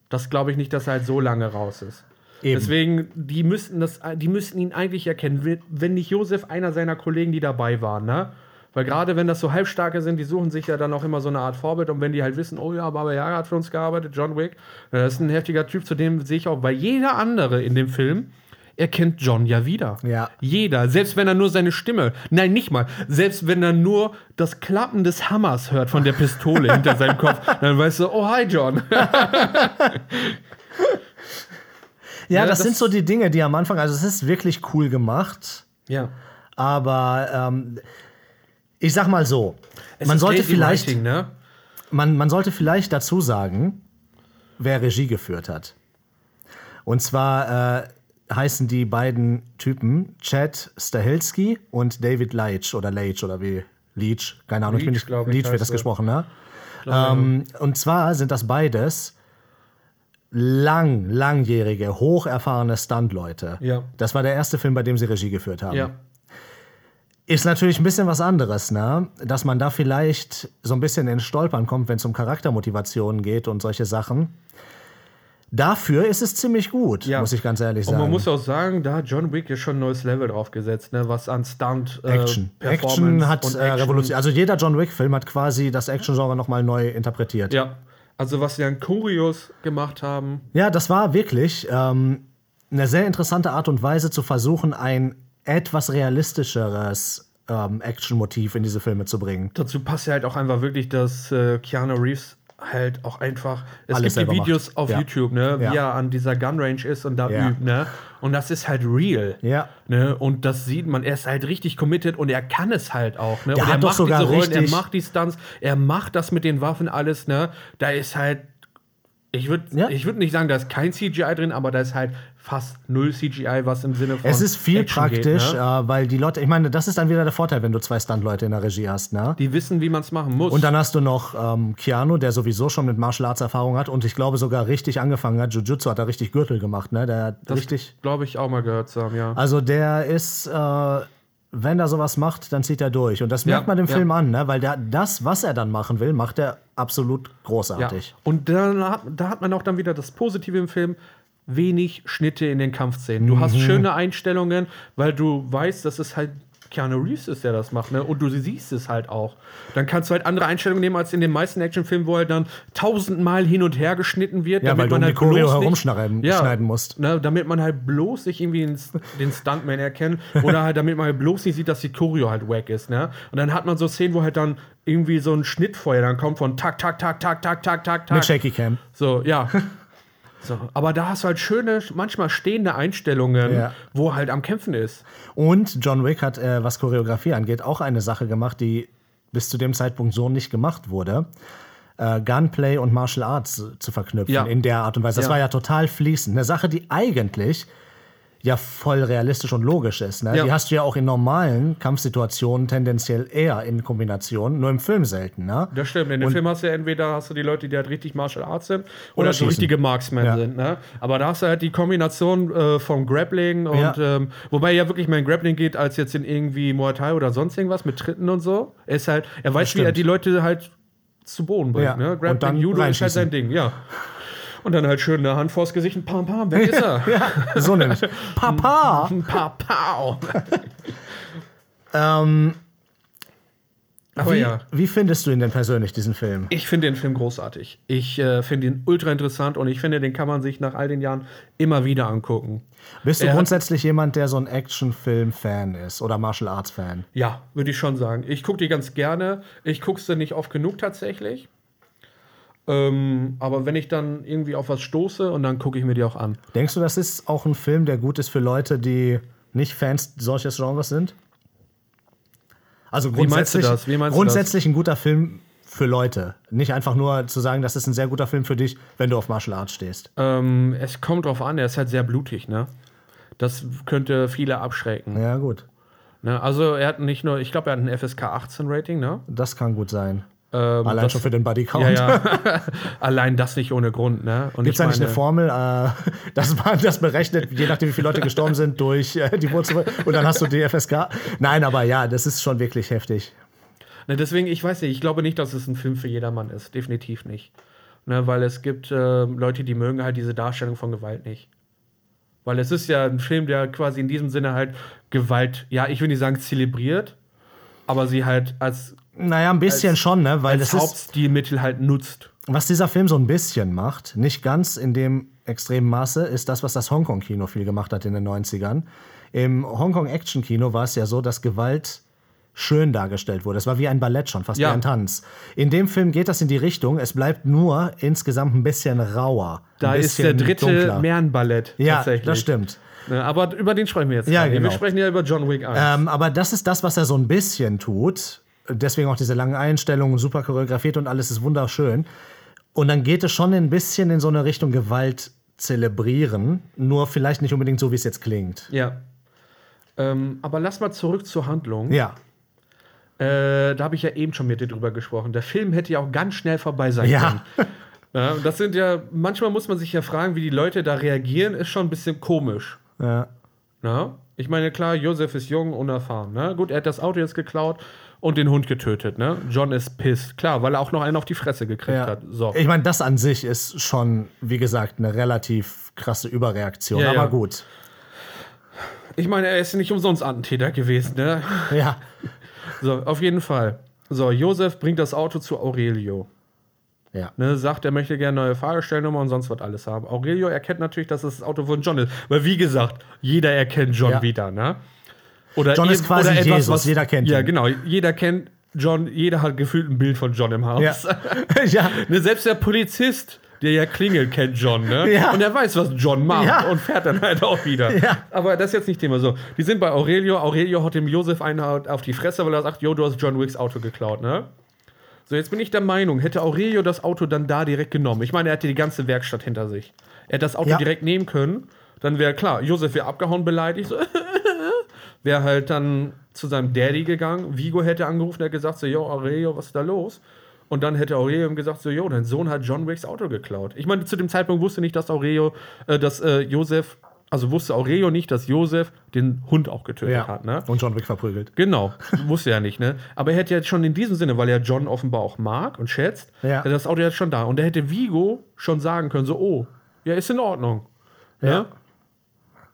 Speaker 2: Das glaube ich nicht, dass er halt so lange raus ist.
Speaker 1: Eben.
Speaker 2: Deswegen, die müssten, das, die müssten ihn eigentlich erkennen, wenn- wenn nicht Josef, einer seiner Kollegen, die dabei waren, ne? Weil gerade wenn das so halbstarke sind, die suchen sich ja dann auch immer so eine Art Vorbild und wenn die halt wissen, oh ja, Baba Yaga hat für uns gearbeitet, John Wick, das ist ein heftiger Typ, zu dem sehe ich auch, weil jeder andere in dem Film erkennt John ja wieder.
Speaker 1: Ja.
Speaker 2: Jeder, selbst wenn er nur seine Stimme, nein, nicht mal, selbst wenn er nur das Klappen des Hammers hört von der Pistole hinter seinem Kopf, dann weißt du, oh hi John.
Speaker 1: Ja,
Speaker 2: Ja,
Speaker 1: das,
Speaker 2: ne, das-
Speaker 1: sind so die Dinge, die am Anfang, also es ist wirklich cool gemacht,
Speaker 2: ja.
Speaker 1: aber ähm, ich sag mal so,
Speaker 2: Es
Speaker 1: man
Speaker 2: ist
Speaker 1: sollte,
Speaker 2: Lazy
Speaker 1: vielleicht,
Speaker 2: Writing, ne?
Speaker 1: man, man sollte vielleicht dazu sagen, wer Regie geführt hat. Und zwar äh, heißen die beiden Typen Chad Stahelski und David Leitch oder Leitch oder wie Leitch, keine Ahnung, ich bin
Speaker 2: Leitch,
Speaker 1: nicht,
Speaker 2: glaub ich,
Speaker 1: Leitch wird
Speaker 2: heißt
Speaker 1: das
Speaker 2: er.
Speaker 1: gesprochen, ne? Ähm, und zwar sind das beides lang, langjährige, hocherfahrene Stuntleute.
Speaker 2: Ja.
Speaker 1: Das war der erste Film, bei dem sie Regie geführt haben.
Speaker 2: Ja.
Speaker 1: Ist natürlich ein bisschen was anderes, ne? Dass man da vielleicht so ein bisschen in Stolpern kommt, wenn es um Charaktermotivationen geht und solche Sachen. Dafür ist es ziemlich gut,
Speaker 2: Ja.
Speaker 1: muss ich ganz ehrlich
Speaker 2: Und
Speaker 1: sagen.
Speaker 2: man muss auch sagen, da hat John Wick ja schon ein neues Level draufgesetzt, ne? was an Stunt äh,
Speaker 1: Action.
Speaker 2: Performance
Speaker 1: Action hat
Speaker 2: und
Speaker 1: äh, revolutioniert. Also jeder John Wick-Film hat quasi das Action-Genre nochmal neu interpretiert.
Speaker 2: Ja. Also was sie an Kurios gemacht haben.
Speaker 1: Ja, das war wirklich ähm, eine sehr interessante Art und Weise zu versuchen, ein etwas realistischeres ähm, Action-Motiv in diese Filme zu bringen.
Speaker 2: Dazu passt ja halt auch einfach wirklich, dass äh, Keanu Reeves halt auch einfach. Es
Speaker 1: Alles
Speaker 2: gibt die
Speaker 1: selber
Speaker 2: Videos
Speaker 1: macht.
Speaker 2: auf
Speaker 1: Ja.
Speaker 2: YouTube, ne? Wie
Speaker 1: Ja.
Speaker 2: er an dieser Gun Range ist und da
Speaker 1: Ja.
Speaker 2: übt, ne? Und das ist halt real.
Speaker 1: Ja.
Speaker 2: Ne? Und das sieht man, er ist halt richtig committed und er kann es halt auch. Ne?
Speaker 1: Der
Speaker 2: und
Speaker 1: hat
Speaker 2: er
Speaker 1: doch
Speaker 2: macht
Speaker 1: sogar
Speaker 2: diese Rollen, er
Speaker 1: richtig-
Speaker 2: macht die Stunts, er macht das mit den Waffen alles, ne? Da ist halt. Ich würde
Speaker 1: Ja.
Speaker 2: ich würd nicht sagen, da ist kein CGI drin, aber da ist halt fast null CGI, was im Sinne von.
Speaker 1: Es ist viel
Speaker 2: Action geht,
Speaker 1: praktisch,
Speaker 2: ne?
Speaker 1: äh, weil die Leute, ich meine, das ist dann wieder der Vorteil, wenn du zwei Stuntleute in der Regie hast, ne?
Speaker 2: Die wissen, wie man es machen muss.
Speaker 1: Und dann hast du noch ähm, Keanu, der sowieso schon mit Martial Arts Erfahrung hat und ich glaube sogar richtig angefangen hat. Jujutsu hat er richtig Gürtel gemacht, ne? Der hat richtig.
Speaker 2: Glaube ich auch mal gehört zu haben, ja.
Speaker 1: Also der ist, äh, wenn er sowas macht, dann zieht er durch. Und das
Speaker 2: Ja,
Speaker 1: merkt man dem
Speaker 2: ja.
Speaker 1: Film an, ne? Weil der, das, was er dann machen will, macht er absolut
Speaker 2: Ja.
Speaker 1: großartig.
Speaker 2: Und dann hat, da hat man auch dann wieder das Positive im Film.
Speaker 1: Mhm.
Speaker 2: Wenig Schnitte in den Kampfszenen. Du hast schöne Einstellungen, weil du weißt, das ist halt Keanu Reeves ist, der das macht, ne? Und du siehst es halt auch. Dann kannst du halt andere Einstellungen nehmen als in den meisten Actionfilmen, wo halt dann tausendmal hin und her geschnitten wird, halt
Speaker 1: Ja, weil du um die Choreo herumschneiden
Speaker 2: ja,
Speaker 1: schneiden musst.
Speaker 2: Ne, damit man halt bloß nicht irgendwie den, den Stuntman erkennt oder halt damit man halt bloß nicht sieht, dass die Choreo halt wack ist, ne? Und dann hat man so Szenen, wo halt dann irgendwie so ein Schnittfeuer dann kommt von tak, tak, tak, tak, tak, tak, tak, tak.
Speaker 1: Mit Shaky Cam.
Speaker 2: So, ja. So, aber da hast du halt schöne, manchmal stehende Einstellungen,
Speaker 1: Ja.
Speaker 2: wo halt am Kämpfen ist.
Speaker 1: Und John Wick hat, äh, was Choreografie angeht, auch eine Sache gemacht, die bis zu dem Zeitpunkt so nicht gemacht wurde. Äh, Gunplay und Martial Arts äh, zu verknüpfen
Speaker 2: Ja.
Speaker 1: in der Art und Weise. Das
Speaker 2: Ja.
Speaker 1: war ja total fließend. Eine Sache, die eigentlich ja voll realistisch und logisch ist. Ne?
Speaker 2: Ja.
Speaker 1: Die hast du ja auch in normalen Kampfsituationen tendenziell eher in Kombination, nur im Film selten. Ne?
Speaker 2: Das stimmt. In dem Film hast du ja entweder hast du die Leute, die halt richtig Martial Arts sind oder, so
Speaker 1: schießen.
Speaker 2: richtige Marksmen
Speaker 1: Ja.
Speaker 2: sind. Ne? Aber da hast du halt die Kombination äh, vom Grappling und
Speaker 1: Ja.
Speaker 2: ähm, wobei ja wirklich mehr in Grappling geht als jetzt in irgendwie Muay Thai oder sonst irgendwas mit Tritten und so. Er ist halt, er weiß, wie er
Speaker 1: stimmt.
Speaker 2: die Leute halt zu Boden bringt.
Speaker 1: Ja.
Speaker 2: Ne?
Speaker 1: Und
Speaker 2: Grappling,
Speaker 1: dann
Speaker 2: Judo ist halt
Speaker 1: reinschießen.
Speaker 2: sein Ding, ja. Und dann halt schön eine Hand vors Gesicht, ein pam pam, weg ist er.
Speaker 1: Ja, so nämlich. Papa!
Speaker 2: Ein paar Pau.
Speaker 1: Ähm,
Speaker 2: Aber
Speaker 1: wie,
Speaker 2: Oh ja.
Speaker 1: wie findest du ihn denn persönlich, diesen Film?
Speaker 2: Ich finde den Film großartig. Ich äh, finde ihn ultra interessant und ich finde, den kann man sich nach all den Jahren immer wieder angucken.
Speaker 1: Bist du
Speaker 2: Er hat-
Speaker 1: grundsätzlich jemand, der so ein Actionfilm-Fan ist oder Martial Arts-Fan?
Speaker 2: Ja, würde ich schon sagen. Ich gucke die ganz gerne. Ich gucke sie nicht oft genug tatsächlich. Ähm, aber wenn ich dann irgendwie auf was stoße und dann gucke ich mir die auch an.
Speaker 1: Denkst du, das ist auch ein Film, der gut ist für Leute, die nicht Fans solches Genres sind? Also
Speaker 2: meinst du
Speaker 1: grundsätzlich,
Speaker 2: das? Wie meinst du
Speaker 1: grundsätzlich ein guter Film für Leute. Nicht einfach nur zu sagen, das ist ein sehr guter Film für dich, wenn du auf Martial Arts stehst.
Speaker 2: Ähm, es kommt drauf an, er ist halt sehr blutig, ne? Das könnte viele abschrecken.
Speaker 1: Ja, gut.
Speaker 2: Ne? Also er hat nicht nur, ich glaube, er hat ein FSK 18 Rating, ne?
Speaker 1: Das kann gut sein.
Speaker 2: Ähm,
Speaker 1: Allein
Speaker 2: das-
Speaker 1: schon für den Bodycount.
Speaker 2: ja, ja. Allein das nicht ohne Grund, ne? Und
Speaker 1: Gibt es
Speaker 2: ich
Speaker 1: eigentlich eine
Speaker 2: meine-
Speaker 1: Formel, äh, dass man das berechnet, je nachdem, wie viele Leute gestorben sind, durch äh, die Wurzel und dann hast du die FSK? Nein, aber ja, das ist schon wirklich heftig.
Speaker 2: Ne, deswegen, ich weiß nicht, ich glaube nicht, dass es ein Film für jedermann ist. Definitiv nicht. Ne, weil es gibt äh, Leute, die mögen halt diese Darstellung von Gewalt nicht. Weil es ist ja ein Film, der quasi in diesem Sinne halt Gewalt, ja, ich will nicht sagen zelebriert, aber sie halt als,
Speaker 1: Naja, ein bisschen
Speaker 2: Als-
Speaker 1: schon, ne? Weil
Speaker 2: als
Speaker 1: das ist,
Speaker 2: Hauptstilmittel halt nutzt.
Speaker 1: was dieser Film so ein bisschen macht, nicht ganz in dem extremen Maße, ist das, was das Hongkong-Kino viel gemacht hat in den 90ern. Im Hongkong-Action-Kino war es ja so, dass Gewalt schön dargestellt wurde. Es war wie ein Ballett schon, fast
Speaker 2: Ja.
Speaker 1: wie ein Tanz. In dem Film geht das in die Richtung, es bleibt nur insgesamt ein bisschen rauer.
Speaker 2: Da
Speaker 1: ein
Speaker 2: ist der
Speaker 1: bisschen
Speaker 2: dritte
Speaker 1: dunkler.
Speaker 2: mehr ein Ballett.
Speaker 1: Ja,
Speaker 2: tatsächlich.
Speaker 1: das stimmt.
Speaker 2: Ne, aber über den sprechen wir jetzt.
Speaker 1: Ja,
Speaker 2: gar nicht.
Speaker 1: genau.
Speaker 2: Wir sprechen ja über John Wick 1.
Speaker 1: Ähm, aber das ist das, was er so ein bisschen tut. Deswegen auch diese langen Einstellungen, super choreografiert und alles ist wunderschön. Und dann geht es schon ein bisschen in so eine Richtung Gewalt zelebrieren, nur vielleicht nicht unbedingt so, wie es jetzt klingt.
Speaker 2: Ja. Ähm, aber lass mal zurück zur Handlung.
Speaker 1: Ja,
Speaker 2: Äh, da habe ich ja eben schon mit dir drüber gesprochen. Der Film hätte ja auch ganz schnell vorbei sein können.
Speaker 1: ja,
Speaker 2: Ja, das sind ja, manchmal muss man sich ja fragen, wie die Leute da reagieren, ist schon ein bisschen komisch.
Speaker 1: ja.
Speaker 2: Ne? Ich meine, klar, Josef ist jung, unerfahren. Ne? Gut, er hat das Auto jetzt geklaut und den Hund getötet. Ne? John ist pissed. Klar, weil er auch noch einen auf die Fresse gekriegt
Speaker 1: ja.
Speaker 2: hat. So.
Speaker 1: Ich meine, das an sich ist schon, wie gesagt, eine relativ krasse Überreaktion.
Speaker 2: Ja,
Speaker 1: aber
Speaker 2: ja.
Speaker 1: gut.
Speaker 2: Ich meine, er ist nicht umsonst Attentäter gewesen. Ne?
Speaker 1: Ja,
Speaker 2: So, auf jeden Fall. So, Josef bringt das Auto zu Aurelio.
Speaker 1: ja.
Speaker 2: Ne, sagt, er möchte gerne neue Fahrgestellnummer und sonst was alles haben. Aurelio erkennt natürlich, dass es das Auto von John ist. Weil, wie gesagt, jeder erkennt John
Speaker 1: Ja.
Speaker 2: wieder, ne? Oder
Speaker 1: John
Speaker 2: ir-
Speaker 1: ist quasi Jesus, jeder kennt
Speaker 2: Ja,
Speaker 1: ihn.
Speaker 2: genau. Jeder kennt John, jeder hat gefühlt ein Bild von John im Haus.
Speaker 1: Ja. ja.
Speaker 2: Ne, selbst der Polizist, der ja klingelt, kennt John, ne?
Speaker 1: Ja.
Speaker 2: Und er weiß, was John macht
Speaker 1: Ja.
Speaker 2: und fährt dann halt auch wieder.
Speaker 1: Ja.
Speaker 2: Aber das ist jetzt nicht Thema. So, die sind bei Aurelio. Aurelio hat dem Josef einen halt auf die Fresse, weil er sagt, jo, du hast John Wicks Auto geklaut, ne? So, jetzt bin ich der Meinung, hätte Aurelio das Auto dann da direkt genommen. Ich meine, er hatte die ganze Werkstatt hinter sich. Er hätte das Auto
Speaker 1: Ja.
Speaker 2: direkt nehmen können. Dann wäre klar, Josef wäre abgehauen, beleidigt. So, wäre halt dann zu seinem Daddy gegangen. Vigo hätte angerufen, der gesagt so, yo, Aurelio, was ist da los? Und dann hätte Aurelio ihm gesagt so, yo, dein Sohn hat John Wicks Auto geklaut. Ich meine, zu dem Zeitpunkt wusste nicht, dass Aurelio, äh, dass äh, Josef, also wusste Aurelio nicht, dass Josef den Hund auch getötet
Speaker 1: ja.
Speaker 2: hat, ne?
Speaker 1: Und John Wick verprügelt.
Speaker 2: Genau, wusste er nicht, ne? Aber er hätte jetzt schon in diesem Sinne, weil er John offenbar auch mag und schätzt,
Speaker 1: Ja.
Speaker 2: hätte das Auto jetzt schon da. Und er hätte Vigo schon sagen können, so, oh, ja, ist in Ordnung. Ja. Ne?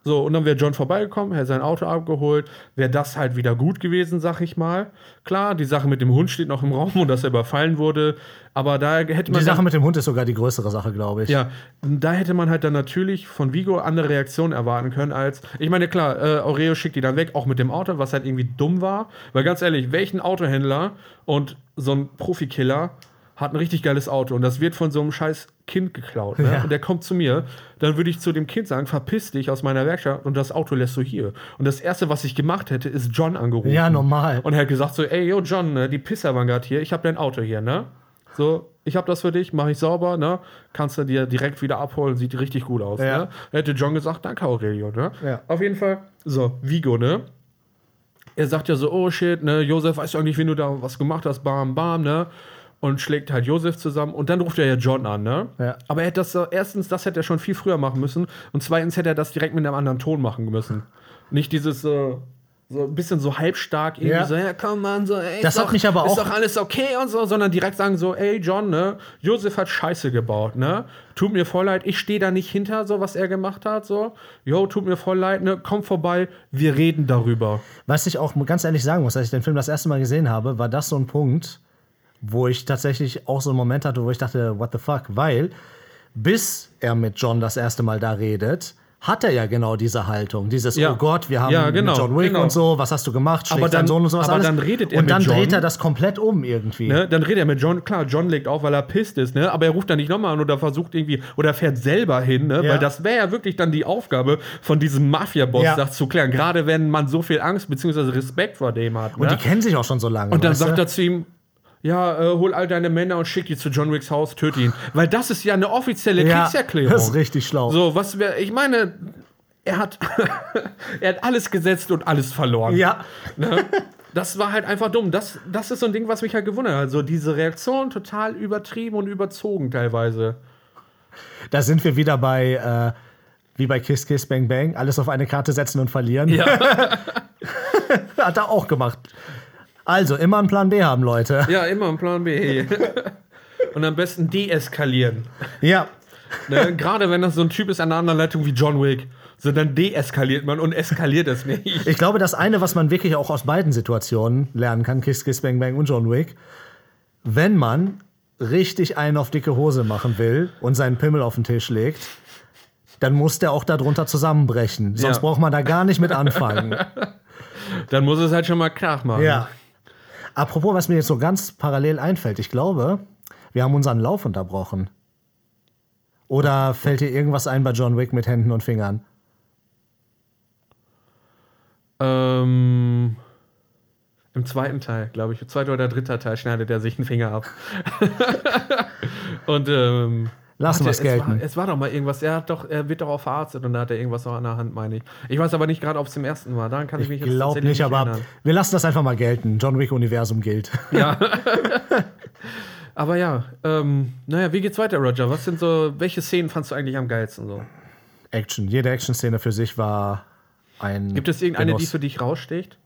Speaker 2: So, und dann wäre John vorbeigekommen, hätte sein Auto abgeholt, wäre das halt wieder gut gewesen, sag ich mal. Klar, die Sache mit dem Hund steht noch im Raum und dass er überfallen wurde, aber da hätte man.
Speaker 1: Die Sache
Speaker 2: dann,
Speaker 1: mit dem Hund ist sogar die größere Sache, glaube ich.
Speaker 2: ja, da hätte man halt dann natürlich von Vigo andere Reaktionen erwarten können, als. Ich meine, klar, äh, Aureo schickt die dann weg, auch mit dem Auto, was halt irgendwie dumm war. Weil ganz ehrlich, welchen Autohändler und so ein Profikiller hat ein richtig geiles Auto und das wird von so einem scheiß Kind geklaut. Ne?
Speaker 1: Ja.
Speaker 2: Und der kommt zu mir, dann würde ich zu dem Kind sagen, verpiss dich aus meiner Werkstatt und das Auto lässt du hier. Und das Erste, was ich gemacht hätte, ist John angerufen.
Speaker 1: Ja, normal.
Speaker 2: Und er hat gesagt so, ey, yo, John, ne, die Pisser waren gerade hier, ich habe dein Auto hier, ne? So, ich habe das für dich, mache ich sauber, ne? Kannst du dir direkt wieder abholen, sieht richtig gut aus,
Speaker 1: Ja.
Speaker 2: ne? Hätte John gesagt, danke Aurelio, ne?
Speaker 1: Ja.
Speaker 2: Auf jeden Fall, so, Vigo, ne? Er sagt ja so, oh shit, ne, Josef, weißt du eigentlich, wenn du da was gemacht hast, bam, bam, ne? Und schlägt halt Josef zusammen und dann ruft er ja John an, ne?
Speaker 1: Ja.
Speaker 2: Aber er hätte das, äh, erstens, das hätte er schon viel früher machen müssen und zweitens hätte er das direkt mit einem anderen Ton machen müssen. Nicht dieses, äh, so ein bisschen so halbstark irgendwie
Speaker 1: Ja.
Speaker 2: so, ja komm Mann, so, ey,
Speaker 1: Das
Speaker 2: ist
Speaker 1: hat
Speaker 2: doch,
Speaker 1: mich aber
Speaker 2: ist
Speaker 1: auch-
Speaker 2: doch alles okay und so, sondern direkt sagen so, ey John, ne, Josef hat Scheiße gebaut, ne, tut mir voll leid, ich stehe da nicht hinter, so was er gemacht hat, so, yo, tut mir voll leid, ne, komm vorbei, wir reden darüber.
Speaker 1: Was ich auch ganz ehrlich sagen muss, als ich den Film das erste Mal gesehen habe, war das so ein Punkt, wo ich tatsächlich auch so einen Moment hatte, wo ich dachte, what the fuck? Weil bis er mit John das erste Mal da redet, hat er ja genau diese Haltung, dieses
Speaker 2: Ja.
Speaker 1: Oh Gott, wir haben
Speaker 2: Ja, genau,
Speaker 1: mit John Wick
Speaker 2: genau.
Speaker 1: und so, was hast du gemacht, schlägst
Speaker 2: Aber dann-
Speaker 1: deinen Sohn und sowas
Speaker 2: aber
Speaker 1: alles.
Speaker 2: dann redet er
Speaker 1: und
Speaker 2: mit
Speaker 1: dann dreht
Speaker 2: John.
Speaker 1: er das komplett um irgendwie.
Speaker 2: Ne? Dann redet er mit John, klar, John legt auf, weil er pisst ist, ne? aber er ruft dann nicht nochmal an oder versucht irgendwie, oder fährt selber hin, ne?
Speaker 1: Ja.
Speaker 2: weil das wäre ja wirklich dann die Aufgabe von diesem Mafia-Boss,
Speaker 1: Ja.
Speaker 2: das zu klären, gerade wenn man so viel Angst bzw. Respekt vor dem hat.
Speaker 1: Und die
Speaker 2: ne?
Speaker 1: kennen sich auch schon so lange.
Speaker 2: Und dann
Speaker 1: weißt du?
Speaker 2: sagt er zu ihm, ja, äh, hol all deine Männer und schick die zu John Wicks Haus, töte ihn. Weil das ist ja eine offizielle
Speaker 1: ja,
Speaker 2: Kriegserklärung.
Speaker 1: Das ist richtig schlau.
Speaker 2: So, was wäre, ich meine, er hat, er hat alles gesetzt und alles verloren.
Speaker 1: Ja,
Speaker 2: Ne? Das war halt einfach dumm. Das, das ist so ein Ding, was mich halt gewundert hat. So diese Reaktion total übertrieben und überzogen teilweise.
Speaker 1: da sind wir wieder bei, äh, wie bei Kiss Kiss Bang Bang, alles auf eine Karte setzen und verlieren.
Speaker 2: Ja,
Speaker 1: Hat er auch gemacht. Also, immer einen Plan B haben, Leute.
Speaker 2: ja immer ein Plan B. Und am besten deeskalieren.
Speaker 1: Ja.
Speaker 2: Ne? Gerade wenn das so ein Typ ist an der Anleitung wie John Wick. So, dann deeskaliert man und eskaliert es nicht.
Speaker 1: Ich glaube, das eine, was man wirklich auch aus beiden Situationen lernen kann, Kiss Kiss Bang Bang und John Wick, wenn man richtig einen auf dicke Hose machen will und seinen Pimmel auf den Tisch legt, dann muss der auch darunter zusammenbrechen. Sonst
Speaker 2: Ja.
Speaker 1: braucht man da gar nicht mit anfangen.
Speaker 2: Dann muss es halt schon mal Krach machen.
Speaker 1: Ja. Apropos, was mir jetzt so ganz parallel einfällt, ich glaube, wir haben unseren Lauf unterbrochen. Oder fällt dir irgendwas ein bei John Wick mit Händen und Fingern?
Speaker 2: Ähm, Im zweiten Teil, glaube ich. Zweiter oder dritter Teil schneidet er sich einen Finger ab. und ähm,
Speaker 1: Lassen wir es
Speaker 2: es war,
Speaker 1: gelten.
Speaker 2: es war doch mal irgendwas. Er, hat doch, er wird doch auch verarztet und da hat er irgendwas noch an der Hand, meine ich. Ich weiß aber nicht gerade, ob es im ersten war. Daran kann ich, mich
Speaker 1: Ich
Speaker 2: jetzt
Speaker 1: glaub
Speaker 2: tatsächlich
Speaker 1: nicht, aber
Speaker 2: erinnern.
Speaker 1: wir lassen das einfach mal gelten. John Wick-Universum gilt.
Speaker 2: Aber ja, ähm, naja, wie geht's weiter, Roger? Was sind so, welche Szenen fandst du eigentlich am geilsten so?
Speaker 1: Action. Jede Action-Szene für sich war ein.
Speaker 2: Gibt es irgendeine, die
Speaker 1: Genuss.
Speaker 2: für dich raussticht?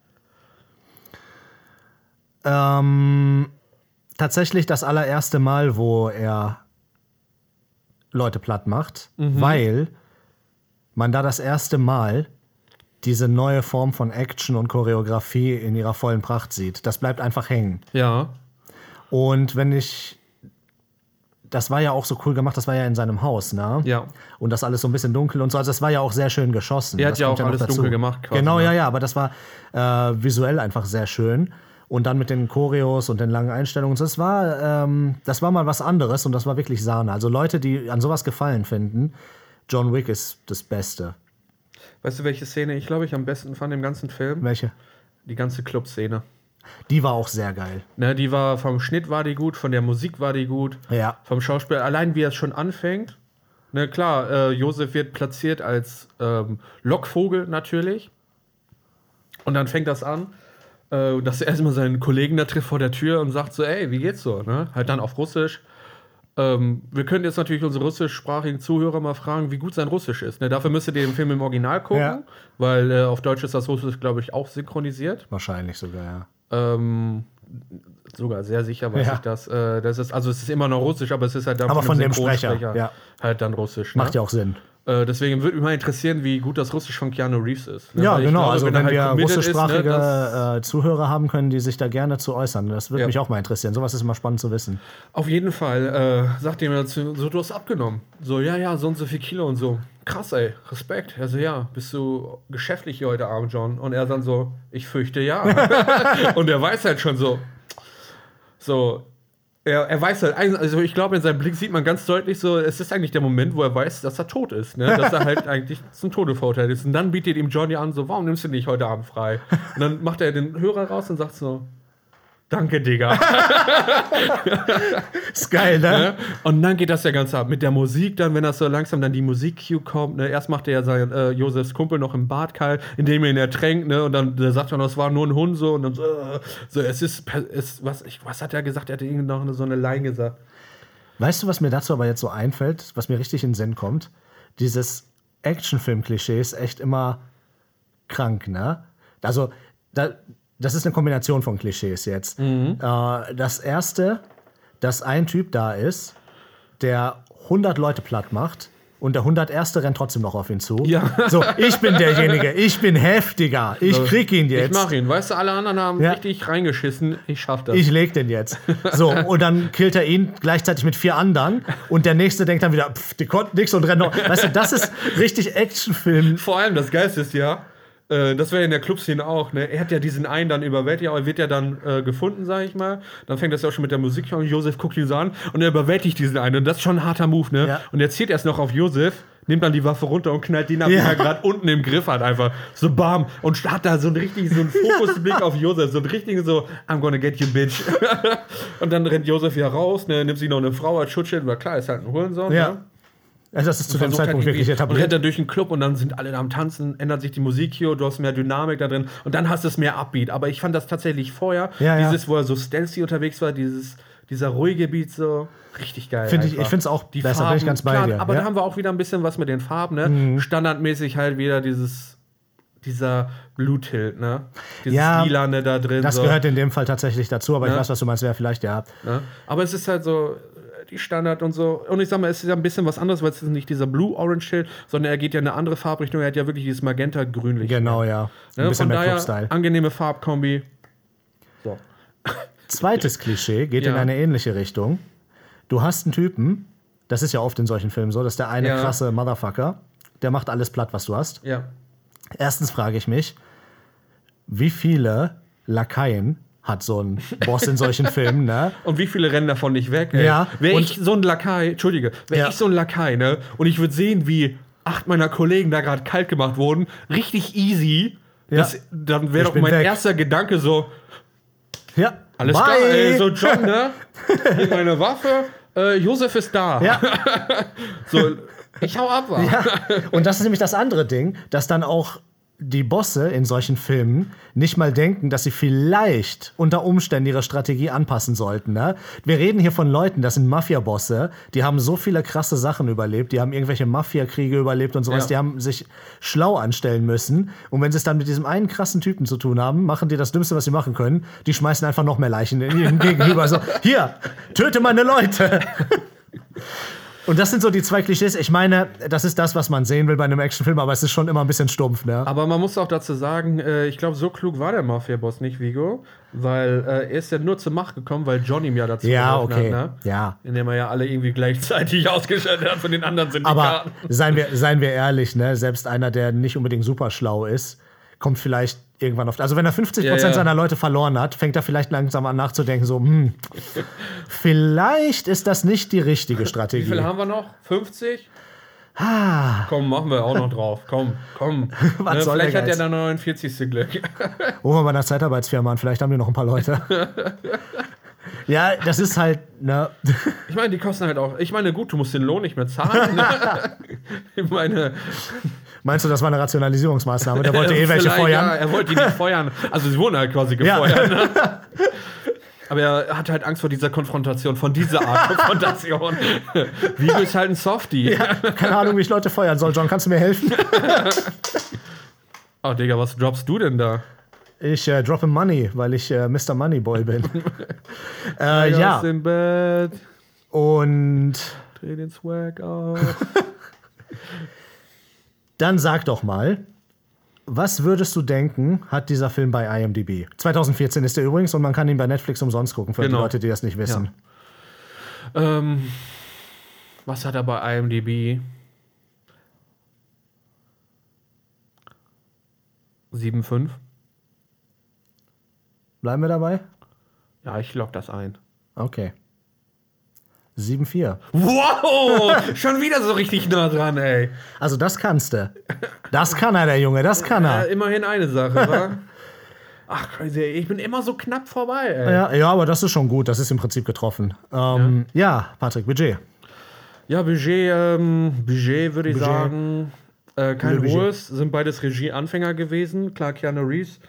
Speaker 1: Ähm, tatsächlich das allererste Mal, wo er Leute platt macht, weil man da das erste Mal diese neue Form von Action und Choreografie in ihrer vollen Pracht sieht. Das bleibt einfach hängen.
Speaker 2: Ja.
Speaker 1: Und wenn ich. Das war ja auch so cool gemacht, das war ja in seinem Haus, ne?
Speaker 2: Ja.
Speaker 1: Und das alles so ein bisschen dunkel und so. Also, das war ja auch sehr schön geschossen.
Speaker 2: Er hat
Speaker 1: das
Speaker 2: ja
Speaker 1: kommt
Speaker 2: auch
Speaker 1: noch
Speaker 2: alles
Speaker 1: dazu.
Speaker 2: dunkel gemacht quasi,
Speaker 1: genau,
Speaker 2: ne?
Speaker 1: ja, ja, aber das war äh, visuell einfach sehr schön. Und dann mit den Choreos und den langen Einstellungen. und so. Das war, ähm, das war mal was anderes und das war wirklich Sahne. Also, Leute, die an sowas gefallen finden, John Wick ist das Beste.
Speaker 2: Weißt du, welche Szene ich glaube ich am besten fand im ganzen Film?
Speaker 1: Welche?
Speaker 2: Die ganze Club-Szene.
Speaker 1: Die war auch sehr geil.
Speaker 2: Ne, die war vom Schnitt war die gut, von der Musik war die gut,
Speaker 1: Ja.
Speaker 2: vom Schauspiel. Allein wie er es schon anfängt. Ne, klar, äh, Josef wird platziert als ähm, Lockvogel natürlich. Und dann fängt das an, äh, dass er erstmal seinen Kollegen da trifft vor der Tür und sagt so, ey, wie geht's so? Ne? Halt dann auf Russisch. Ähm, wir können jetzt natürlich unsere russischsprachigen Zuhörer mal fragen, wie gut sein Russisch ist. Ne? Dafür müsst ihr den Film im Original gucken,
Speaker 1: Ja.
Speaker 2: weil äh, auf Deutsch ist das Russisch, glaube ich, auch synchronisiert.
Speaker 1: Wahrscheinlich sogar, ja.
Speaker 2: Ähm, sogar sehr sicher weiß
Speaker 1: Ja.
Speaker 2: ich das. Äh, das ist, also es ist immer noch russisch, aber es ist halt dann
Speaker 1: Aber von dem
Speaker 2: Synchronsprecher
Speaker 1: Sprecher, ja.
Speaker 2: halt dann russisch.
Speaker 1: Macht ja auch Sinn.
Speaker 2: Äh, deswegen würde mich mal interessieren, wie gut das Russisch von Keanu Reeves ist. ne?
Speaker 1: Ja,
Speaker 2: Weil ich
Speaker 1: genau.
Speaker 2: glaube,
Speaker 1: also wenn,
Speaker 2: er halt
Speaker 1: wir
Speaker 2: committed ist, ne,
Speaker 1: russischsprachige
Speaker 2: das-
Speaker 1: äh, Zuhörer haben, können die sich da gerne zu äußern. Das würde
Speaker 2: Ja.
Speaker 1: mich auch mal interessieren. Sowas ist immer spannend zu wissen.
Speaker 2: Auf jeden Fall äh, sagt er mir dazu, so du hast abgenommen. So, ja, ja, so und so viel Kilo und so. Krass, ey, Respekt. Also ja, bist du geschäftlich hier heute Abend, John? Und er dann so, ich fürchte ja. und er weiß halt schon so, so, er, er weiß halt, ein- also ich glaube, in seinem Blick sieht man ganz deutlich so, es ist eigentlich der Moment, wo er weiß, dass er tot ist, ne? dass er halt eigentlich zum Tode verurteilt ist. Und dann bietet ihm Johnny an, so, warum nimmst du nicht heute Abend frei? Und dann macht er den Hörer raus und sagt so, danke, Digga.
Speaker 1: Ist geil, ne?
Speaker 2: Ne? Und dann geht das ja ganz ab. Mit der Musik dann, wenn das so langsam dann die Musik-Cue kommt. Ne? Erst macht er ja sein äh, Josefs Kumpel noch im Bad kalt, indem er ihn ertränkt. Ne? Und dann der sagt er, noch, es war nur ein Hund so. Und dann so, äh, so es ist, per- es, was, ich, was hat er gesagt? Er hat irgendwie noch so eine Line gesagt.
Speaker 1: Weißt du, was mir dazu aber jetzt so einfällt, was mir richtig in den Sinn kommt? Dieses Actionfilm-Klischee ist echt immer krank, ne? Also, da, das ist eine Kombination von Klischees jetzt.
Speaker 2: Mhm.
Speaker 1: Äh, das erste, dass ein Typ da ist, der 100 Leute platt macht und der 101. rennt trotzdem noch auf ihn zu.
Speaker 2: Ja.
Speaker 1: So, ich bin derjenige, ich bin heftiger, ich krieg ihn jetzt.
Speaker 2: Ich mach ihn. Weißt du, alle anderen haben
Speaker 1: Ja.
Speaker 2: richtig reingeschissen. Ich schaff das.
Speaker 1: ich leg den jetzt. So, und dann killt er ihn gleichzeitig mit vier anderen und der nächste denkt dann wieder, pff, die konnten nix und rennt noch. Weißt du, das ist richtig Actionfilm.
Speaker 2: Vor allem das Geilste ist ja, äh, das wäre in der Clubszene auch, ne? Er hat ja diesen einen dann überwältigt, aber wird ja dann äh, gefunden, sag ich mal. Dann fängt das ja auch schon mit der Musik an. Josef guckt ihn so an und er überwältigt diesen einen. Und das ist schon ein harter Move, ne?
Speaker 1: Ja.
Speaker 2: Und er zielt erst noch auf Josef. Nimmt dann die Waffe runter und knallt den ab, den
Speaker 1: Ja.
Speaker 2: er gerade unten im Griff hat, einfach so bam und hat da so einen richtigen, so einen Fokusblick auf Josef, so einen richtigen so, I'm gonna get you, bitch. und dann rennt Josef ja raus, ne, nimmt sich noch eine Frau als Schutzschild, war klar, ist halt ein Hurensohn. Ne?
Speaker 1: Ja. Also das ist zu dem
Speaker 2: versucht
Speaker 1: Zeitpunkt
Speaker 2: halt
Speaker 1: wirklich
Speaker 2: irgendwie- Und rennt
Speaker 1: etabliert.
Speaker 2: dann durch den Club und dann sind alle da am Tanzen, ändert sich die Musik hier, du hast mehr Dynamik da drin und dann hast du es mehr Upbeat. Aber ich fand das tatsächlich vorher,
Speaker 1: Ja, ja.
Speaker 2: dieses, wo er so stealthy unterwegs war, dieses, dieser ruhige Beat so, richtig geil.
Speaker 1: Find ich-
Speaker 2: einfach.
Speaker 1: ich find's auch besser, bin ich ganz bei dir,
Speaker 2: Aber
Speaker 1: ja. Mhm.
Speaker 2: da haben wir auch wieder ein bisschen was mit den Farben, ne? Standardmäßig halt wieder dieses, dieser Blue Tilt, ne? Dieses
Speaker 1: Ja,
Speaker 2: Lilane da drin.
Speaker 1: Das
Speaker 2: so.
Speaker 1: gehört in dem Fall tatsächlich dazu, aber ich
Speaker 2: Ja.
Speaker 1: weiß, was du meinst, wäre vielleicht, ja.
Speaker 2: Ne? Aber es ist halt so äh, die Standard und so. Und ich sag mal, es ist ja ein bisschen was anderes, weil es ist nicht dieser Blue-Orange-Schild, sondern er geht ja in eine andere Farbrichtung. Er hat ja wirklich dieses Magenta-Grünlich.
Speaker 1: Genau, ja. Ein
Speaker 2: Ne?
Speaker 1: bisschen
Speaker 2: Von
Speaker 1: mehr
Speaker 2: daher
Speaker 1: Club-Style.
Speaker 2: angenehme Farbkombi. So.
Speaker 1: Zweites Klischee geht
Speaker 2: Ja.
Speaker 1: in eine ähnliche Richtung. Du hast einen Typen, das ist ja oft in solchen Filmen so, dass der eine
Speaker 2: Ja.
Speaker 1: krasse Motherfucker, der macht alles platt, was du hast.
Speaker 2: Ja.
Speaker 1: Erstens frage ich mich, wie viele Lakaien hat so ein Boss in solchen Filmen, ne?
Speaker 2: Und wie viele rennen davon nicht weg? Ey?
Speaker 1: Ja,
Speaker 2: Wäre
Speaker 1: und-
Speaker 2: ich so ein Lakai, Entschuldige, wäre
Speaker 1: Ja.
Speaker 2: ich so ein Lakai, ne? Und ich würde sehen, wie acht meiner Kollegen da gerade kalt gemacht wurden, richtig easy.
Speaker 1: Ja.
Speaker 2: Das, dann wäre
Speaker 1: Ich
Speaker 2: doch
Speaker 1: bin
Speaker 2: mein
Speaker 1: weg.
Speaker 2: erster Gedanke so,
Speaker 1: Ja.
Speaker 2: Alles
Speaker 1: Bye.
Speaker 2: klar, ey, so John, ne? Hier meine Waffe. Äh, Josef ist da.
Speaker 1: Ja.
Speaker 2: So, ich hau ab, wa?
Speaker 1: ja. Und das ist nämlich das andere Ding, dass dann auch die Bosse in solchen Filmen nicht mal denken, dass sie vielleicht unter Umständen ihre Strategie anpassen sollten. Ne? Wir reden hier von Leuten, das sind Mafia-Bosse, die haben so viele krasse Sachen überlebt, die haben irgendwelche Mafia-Kriege überlebt und sowas,
Speaker 2: Ja.
Speaker 1: die haben sich schlau anstellen müssen. Und wenn sie es dann mit diesem einen krassen Typen zu tun haben, machen die das Dümmste, was sie machen können. Die schmeißen einfach noch mehr Leichen in ihren Gegenüber. So, hier, töte meine Leute. Und das sind so die zwei Klischees. Ich meine, das ist das, was man sehen will bei einem Actionfilm, aber es ist schon immer ein bisschen stumpf, ne?
Speaker 2: Aber man muss auch dazu sagen, äh, ich glaube, so klug war der Mafia-Boss nicht, Vigo. Weil äh, er ist ja nur zur Macht gekommen, weil John ihm ja dazu
Speaker 1: Ja,
Speaker 2: geholfen
Speaker 1: okay.
Speaker 2: hat, ne?
Speaker 1: Ja.
Speaker 2: Indem er ja alle irgendwie gleichzeitig ausgeschaltet hat von den anderen
Speaker 1: Aber
Speaker 2: Syndikaten.
Speaker 1: seien wir, seien wir ehrlich, ne? Selbst einer, der nicht unbedingt super schlau ist, kommt vielleicht irgendwann auf. Also wenn er 50
Speaker 2: Ja, ja.
Speaker 1: seiner Leute verloren hat, fängt er vielleicht langsam an nachzudenken, so, hm, vielleicht ist das nicht die richtige
Speaker 2: Wie
Speaker 1: Strategie.
Speaker 2: viele haben wir noch? 50? Komm, machen wir auch noch drauf. Komm, komm.
Speaker 1: Ah. Was
Speaker 2: ne,
Speaker 1: soll der
Speaker 2: vielleicht hat
Speaker 1: Geiz?
Speaker 2: er dann 49. Glück.
Speaker 1: Rufen wir bei einer Zeitarbeitsfirma an, vielleicht haben wir noch ein paar Leute. ja, das ist halt, ne?
Speaker 2: Ich meine, die kosten halt auch. Ich meine, gut, du musst den Lohn nicht mehr zahlen. ne? ich meine, äh,
Speaker 1: Meinst du, das war eine Rationalisierungsmaßnahme? Der wollte eh welche
Speaker 2: Vielleicht,
Speaker 1: feuern.
Speaker 2: Ja, er wollte die nicht feuern. Also sie wurden halt quasi
Speaker 1: Ja.
Speaker 2: gefeuert. Ne? Aber er hat halt Angst vor dieser Konfrontation, von dieser Art Konfrontation. Vigo ist halt ein Softie.
Speaker 1: Keine Ahnung, wie ich Leute feuern soll. John, kannst du mir helfen?
Speaker 2: Oh, Digga, was droppst du denn da?
Speaker 1: Ich äh, droppe Money, weil ich äh, Mr. Money Boy bin. äh,
Speaker 2: Aus
Speaker 1: ja,
Speaker 2: dem Bett,
Speaker 1: und
Speaker 2: dreh den Swag auf.
Speaker 1: Dann sag doch mal, was würdest du denken, hat dieser Film bei IMDb? 2014 ist er übrigens und man kann ihn bei Netflix umsonst gucken, für
Speaker 2: Genau.
Speaker 1: die Leute, die das nicht wissen.
Speaker 2: Ähm, was hat er bei IMDb? 7,5?
Speaker 1: Bleiben wir dabei?
Speaker 2: Ja, ich log das ein.
Speaker 1: Okay. 7-4.
Speaker 2: Wow! Schon wieder so richtig nah dran, ey.
Speaker 1: Also das kannst du. Das kann er, der Junge, das kann
Speaker 2: Ja,
Speaker 1: er.
Speaker 2: Äh, immerhin eine Sache, wa? Ach, crazy, ey. ich bin immer so knapp vorbei, ey.
Speaker 1: Ja, ja, aber das ist schon gut, das ist im Prinzip getroffen. Ähm, ja. Patrick, Budget.
Speaker 2: Ja, Budget, ähm, Budget würde ich
Speaker 1: Budget.
Speaker 2: sagen, äh, kein
Speaker 1: Le Budget.
Speaker 2: hohes, sind beides Regieanfänger gewesen, klar Keanu Reeves.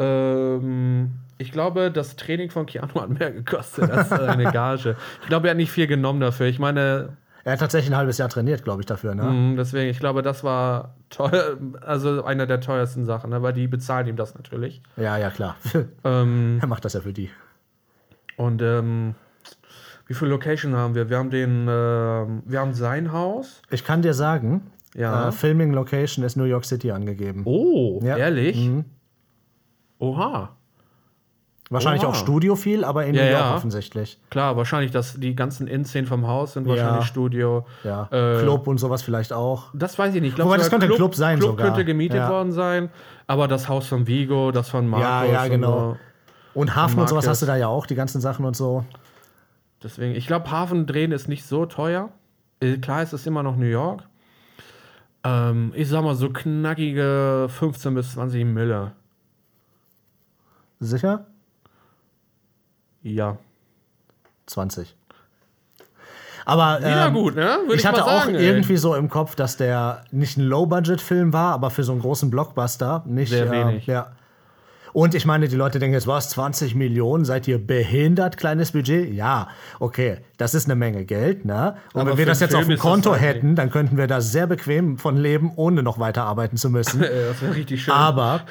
Speaker 2: Ähm, ich glaube, das Training von Keanu hat mehr gekostet als seine Gage. Ich glaube, er hat nicht viel genommen dafür. Ich meine,
Speaker 1: Er hat tatsächlich ein halbes Jahr trainiert, glaube ich, dafür. Ne?
Speaker 2: mh, deswegen, ich glaube, das war teuer, also einer der teuersten Sachen, aber die bezahlen ihm das natürlich.
Speaker 1: Ja, ja, klar.
Speaker 2: Ähm,
Speaker 1: er macht das ja für die.
Speaker 2: Und ähm, wie viele Location haben wir? Wir haben den, ähm, wir haben sein Haus.
Speaker 1: Ich kann dir sagen,
Speaker 2: Ja.
Speaker 1: äh, Filming Location ist New York City angegeben.
Speaker 2: Oh,
Speaker 1: Ja. Mhm.
Speaker 2: ehrlich? Oha.
Speaker 1: Wahrscheinlich
Speaker 2: Oha.
Speaker 1: auch Studio viel, aber in
Speaker 2: Ja,
Speaker 1: New York
Speaker 2: ja.
Speaker 1: offensichtlich.
Speaker 2: Klar, wahrscheinlich, dass die ganzen Innenszenen vom Haus sind wahrscheinlich
Speaker 1: Ja.
Speaker 2: Studio.
Speaker 1: Ja.
Speaker 2: Äh,
Speaker 1: Club und sowas vielleicht auch.
Speaker 2: Das weiß ich nicht. Ich glaub,
Speaker 1: Wobei, das
Speaker 2: sogar
Speaker 1: könnte ein Club sein
Speaker 2: Club
Speaker 1: sogar.
Speaker 2: könnte gemietet
Speaker 1: Ja.
Speaker 2: worden sein. Aber das Haus von Vigo, das von Markus.
Speaker 1: ja,
Speaker 2: und
Speaker 1: genau.
Speaker 2: so.
Speaker 1: Und Hafen und sowas
Speaker 2: Market.
Speaker 1: hast du da ja auch, die ganzen Sachen und so.
Speaker 2: Deswegen, ich glaube, Hafen drehen ist nicht so teuer. Äh, Klar, es ist immer noch New York. Ähm, ich sag mal so knackige 15 bis 20 Mille.
Speaker 1: Sicher?
Speaker 2: Ja.
Speaker 1: 20. Aber
Speaker 2: Wieder
Speaker 1: ähm,
Speaker 2: gut, ne? Würde
Speaker 1: ich hatte
Speaker 2: mal
Speaker 1: auch
Speaker 2: sagen, ey.
Speaker 1: irgendwie so im Kopf, dass der nicht ein Low-Budget-Film war, aber für so einen großen Blockbuster nicht.
Speaker 2: Sehr
Speaker 1: äh,
Speaker 2: wenig.
Speaker 1: Ja. Und ich meine, die Leute denken jetzt, was, 20 Millionen, seid ihr behindert, kleines Budget? Ja, okay, das ist eine Menge Geld, ne? Und
Speaker 2: Aber
Speaker 1: wenn
Speaker 2: für
Speaker 1: wir das
Speaker 2: einen
Speaker 1: jetzt auf
Speaker 2: Film
Speaker 1: dem
Speaker 2: ist das
Speaker 1: Konto
Speaker 2: halt
Speaker 1: hätten, dann könnten wir da sehr bequem von leben, ohne noch weiterarbeiten zu müssen.
Speaker 2: Äh, Das wäre richtig schön.
Speaker 1: Aber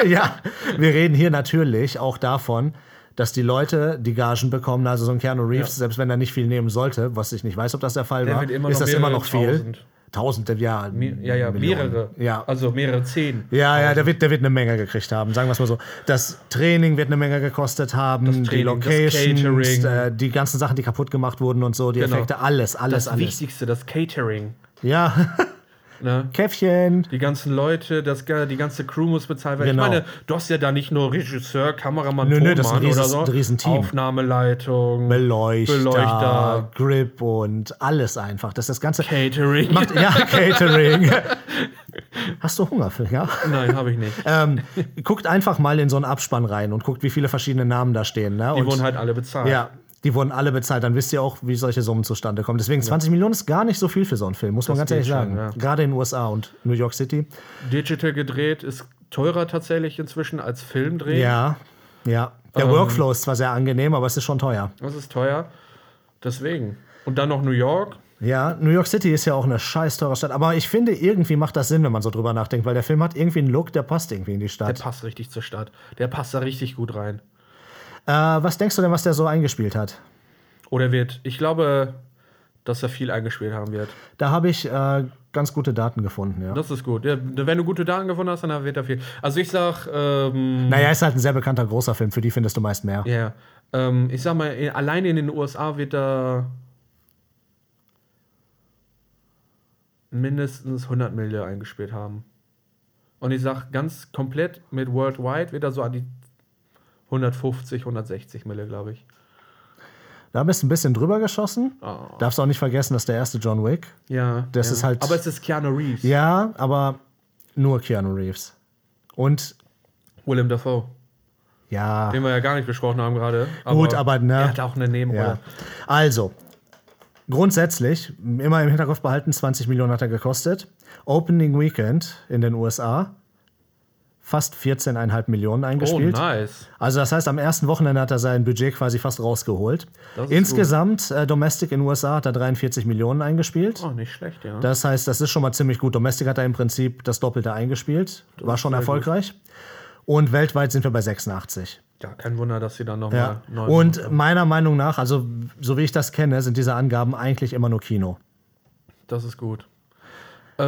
Speaker 1: ja, wir reden hier natürlich auch davon, dass die Leute die Gagen bekommen, also so ein Keanu Reeves, selbst wenn er nicht viel nehmen sollte, was ich nicht weiß, ob das der Fall
Speaker 2: Der
Speaker 1: war,
Speaker 2: wird immer
Speaker 1: ist
Speaker 2: noch
Speaker 1: das immer
Speaker 2: mehrere
Speaker 1: noch viel.
Speaker 2: Tausend.
Speaker 1: Tausend, ja.
Speaker 2: Me- ja, ja,
Speaker 1: Millionen.
Speaker 2: mehrere.
Speaker 1: Ja.
Speaker 2: Also mehrere zehn.
Speaker 1: Ja, ja, der wird, der wird eine Menge gekriegt haben, sagen wir es mal so. Das Training wird eine Menge gekostet haben, die
Speaker 2: Training, das
Speaker 1: Locations,
Speaker 2: Catering.
Speaker 1: äh, die ganzen Sachen, die kaputt gemacht wurden und so, die
Speaker 2: Genau.
Speaker 1: Effekte, alles, alles,
Speaker 2: Das
Speaker 1: alles.
Speaker 2: Wichtigste, das Catering.
Speaker 1: Ja,
Speaker 2: Ne?
Speaker 1: Käffchen.
Speaker 2: Die ganzen Leute, das, ga- die ganze Crew muss bezahlt werden.
Speaker 1: Genau.
Speaker 2: Ich meine, du hast ja da nicht nur Regisseur, Kameramann,
Speaker 1: Nö, nö, das ist ein
Speaker 2: Tonmann
Speaker 1: rieses- Riesenteam.
Speaker 2: Aufnahmeleitung,
Speaker 1: Beleuchter,
Speaker 2: Beleuchter.
Speaker 1: Grip und alles einfach. Das ist das ganze
Speaker 2: Catering.
Speaker 1: Macht, ja, Catering. Hast du Hunger, Finger?
Speaker 2: Nein, habe ich nicht.
Speaker 1: Ähm, guckt einfach mal in so einen Abspann rein und guckt, wie viele verschiedene Namen da stehen. Ne?
Speaker 2: Die
Speaker 1: und,
Speaker 2: wurden halt alle bezahlt.
Speaker 1: ja, die wurden alle bezahlt. Dann wisst ihr auch, wie solche Summen zustande kommen. Deswegen 20 Millionen ist gar nicht so viel für so einen Film, muss man
Speaker 2: Das
Speaker 1: ganz ehrlich
Speaker 2: geht
Speaker 1: sagen.
Speaker 2: schon, ja.
Speaker 1: Gerade in den USA und New York City.
Speaker 2: Digital gedreht ist teurer tatsächlich inzwischen als Filmdrehen.
Speaker 1: Ja, ja.
Speaker 2: Ähm.
Speaker 1: Der Workflow ist zwar sehr angenehm, aber es ist schon teuer.
Speaker 2: Das ist teuer. Deswegen. Und dann noch New York.
Speaker 1: Ja, New York City ist ja auch eine scheiß teure Stadt. Aber ich finde, irgendwie macht das Sinn, wenn man so drüber nachdenkt, weil der Film hat irgendwie einen Look, der passt irgendwie in die
Speaker 2: Der
Speaker 1: Stadt.
Speaker 2: passt richtig zur Stadt. Der passt da richtig gut rein.
Speaker 1: Äh, was denkst du denn, was der so eingespielt hat?
Speaker 2: Oder wird, ich glaube, dass er viel eingespielt haben wird.
Speaker 1: Da habe ich äh, ganz gute Daten gefunden, ja.
Speaker 2: Das ist gut. Ja, wenn du gute Daten gefunden hast, dann wird er viel. Also ich sag, ähm,
Speaker 1: Naja, ist halt ein sehr bekannter großer Film, für die findest du meist mehr.
Speaker 2: ja, ähm, ich sag mal, in- alleine in den USA wird er mindestens 100 Millionen eingespielt haben. Und ich sag, ganz komplett mit Worldwide wird er so an die 150, 160 Mille, glaube ich.
Speaker 1: Da bist du ein bisschen drüber geschossen.
Speaker 2: Ah.
Speaker 1: Darfst auch nicht vergessen, dass der erste John Wick.
Speaker 2: Ja.
Speaker 1: Das
Speaker 2: ja.
Speaker 1: ist halt-
Speaker 2: Aber es ist Keanu Reeves.
Speaker 1: Ja, aber nur Keanu Reeves. Und
Speaker 2: Willem Dafoe.
Speaker 1: ja,
Speaker 2: Den wir ja gar nicht besprochen haben gerade.
Speaker 1: Gut, aber, ne?
Speaker 2: Er hat auch eine Nebenrolle.
Speaker 1: ja. Also, grundsätzlich, immer im Hinterkopf behalten, 20 Millionen hat er gekostet. Opening Weekend in den USA, fast 14,5 Millionen
Speaker 2: Oh,
Speaker 1: eingespielt.
Speaker 2: nice.
Speaker 1: Also das heißt, am ersten Wochenende hat er sein Budget quasi fast rausgeholt.
Speaker 2: Das ist
Speaker 1: Insgesamt äh, Domestic in USA hat er 43 Millionen eingespielt.
Speaker 2: Oh, nicht schlecht, ja.
Speaker 1: Das heißt, das ist schon mal ziemlich gut. Domestic hat er im Prinzip das Doppelte eingespielt. War schon erfolgreich. Und weltweit sind wir bei 86.
Speaker 2: ja, kein Wunder, dass sie dann nochmal
Speaker 1: Ja.
Speaker 2: neu.
Speaker 1: Und meiner Meinung nach, also so wie ich das kenne, sind diese Angaben eigentlich immer nur Kino.
Speaker 2: das ist gut.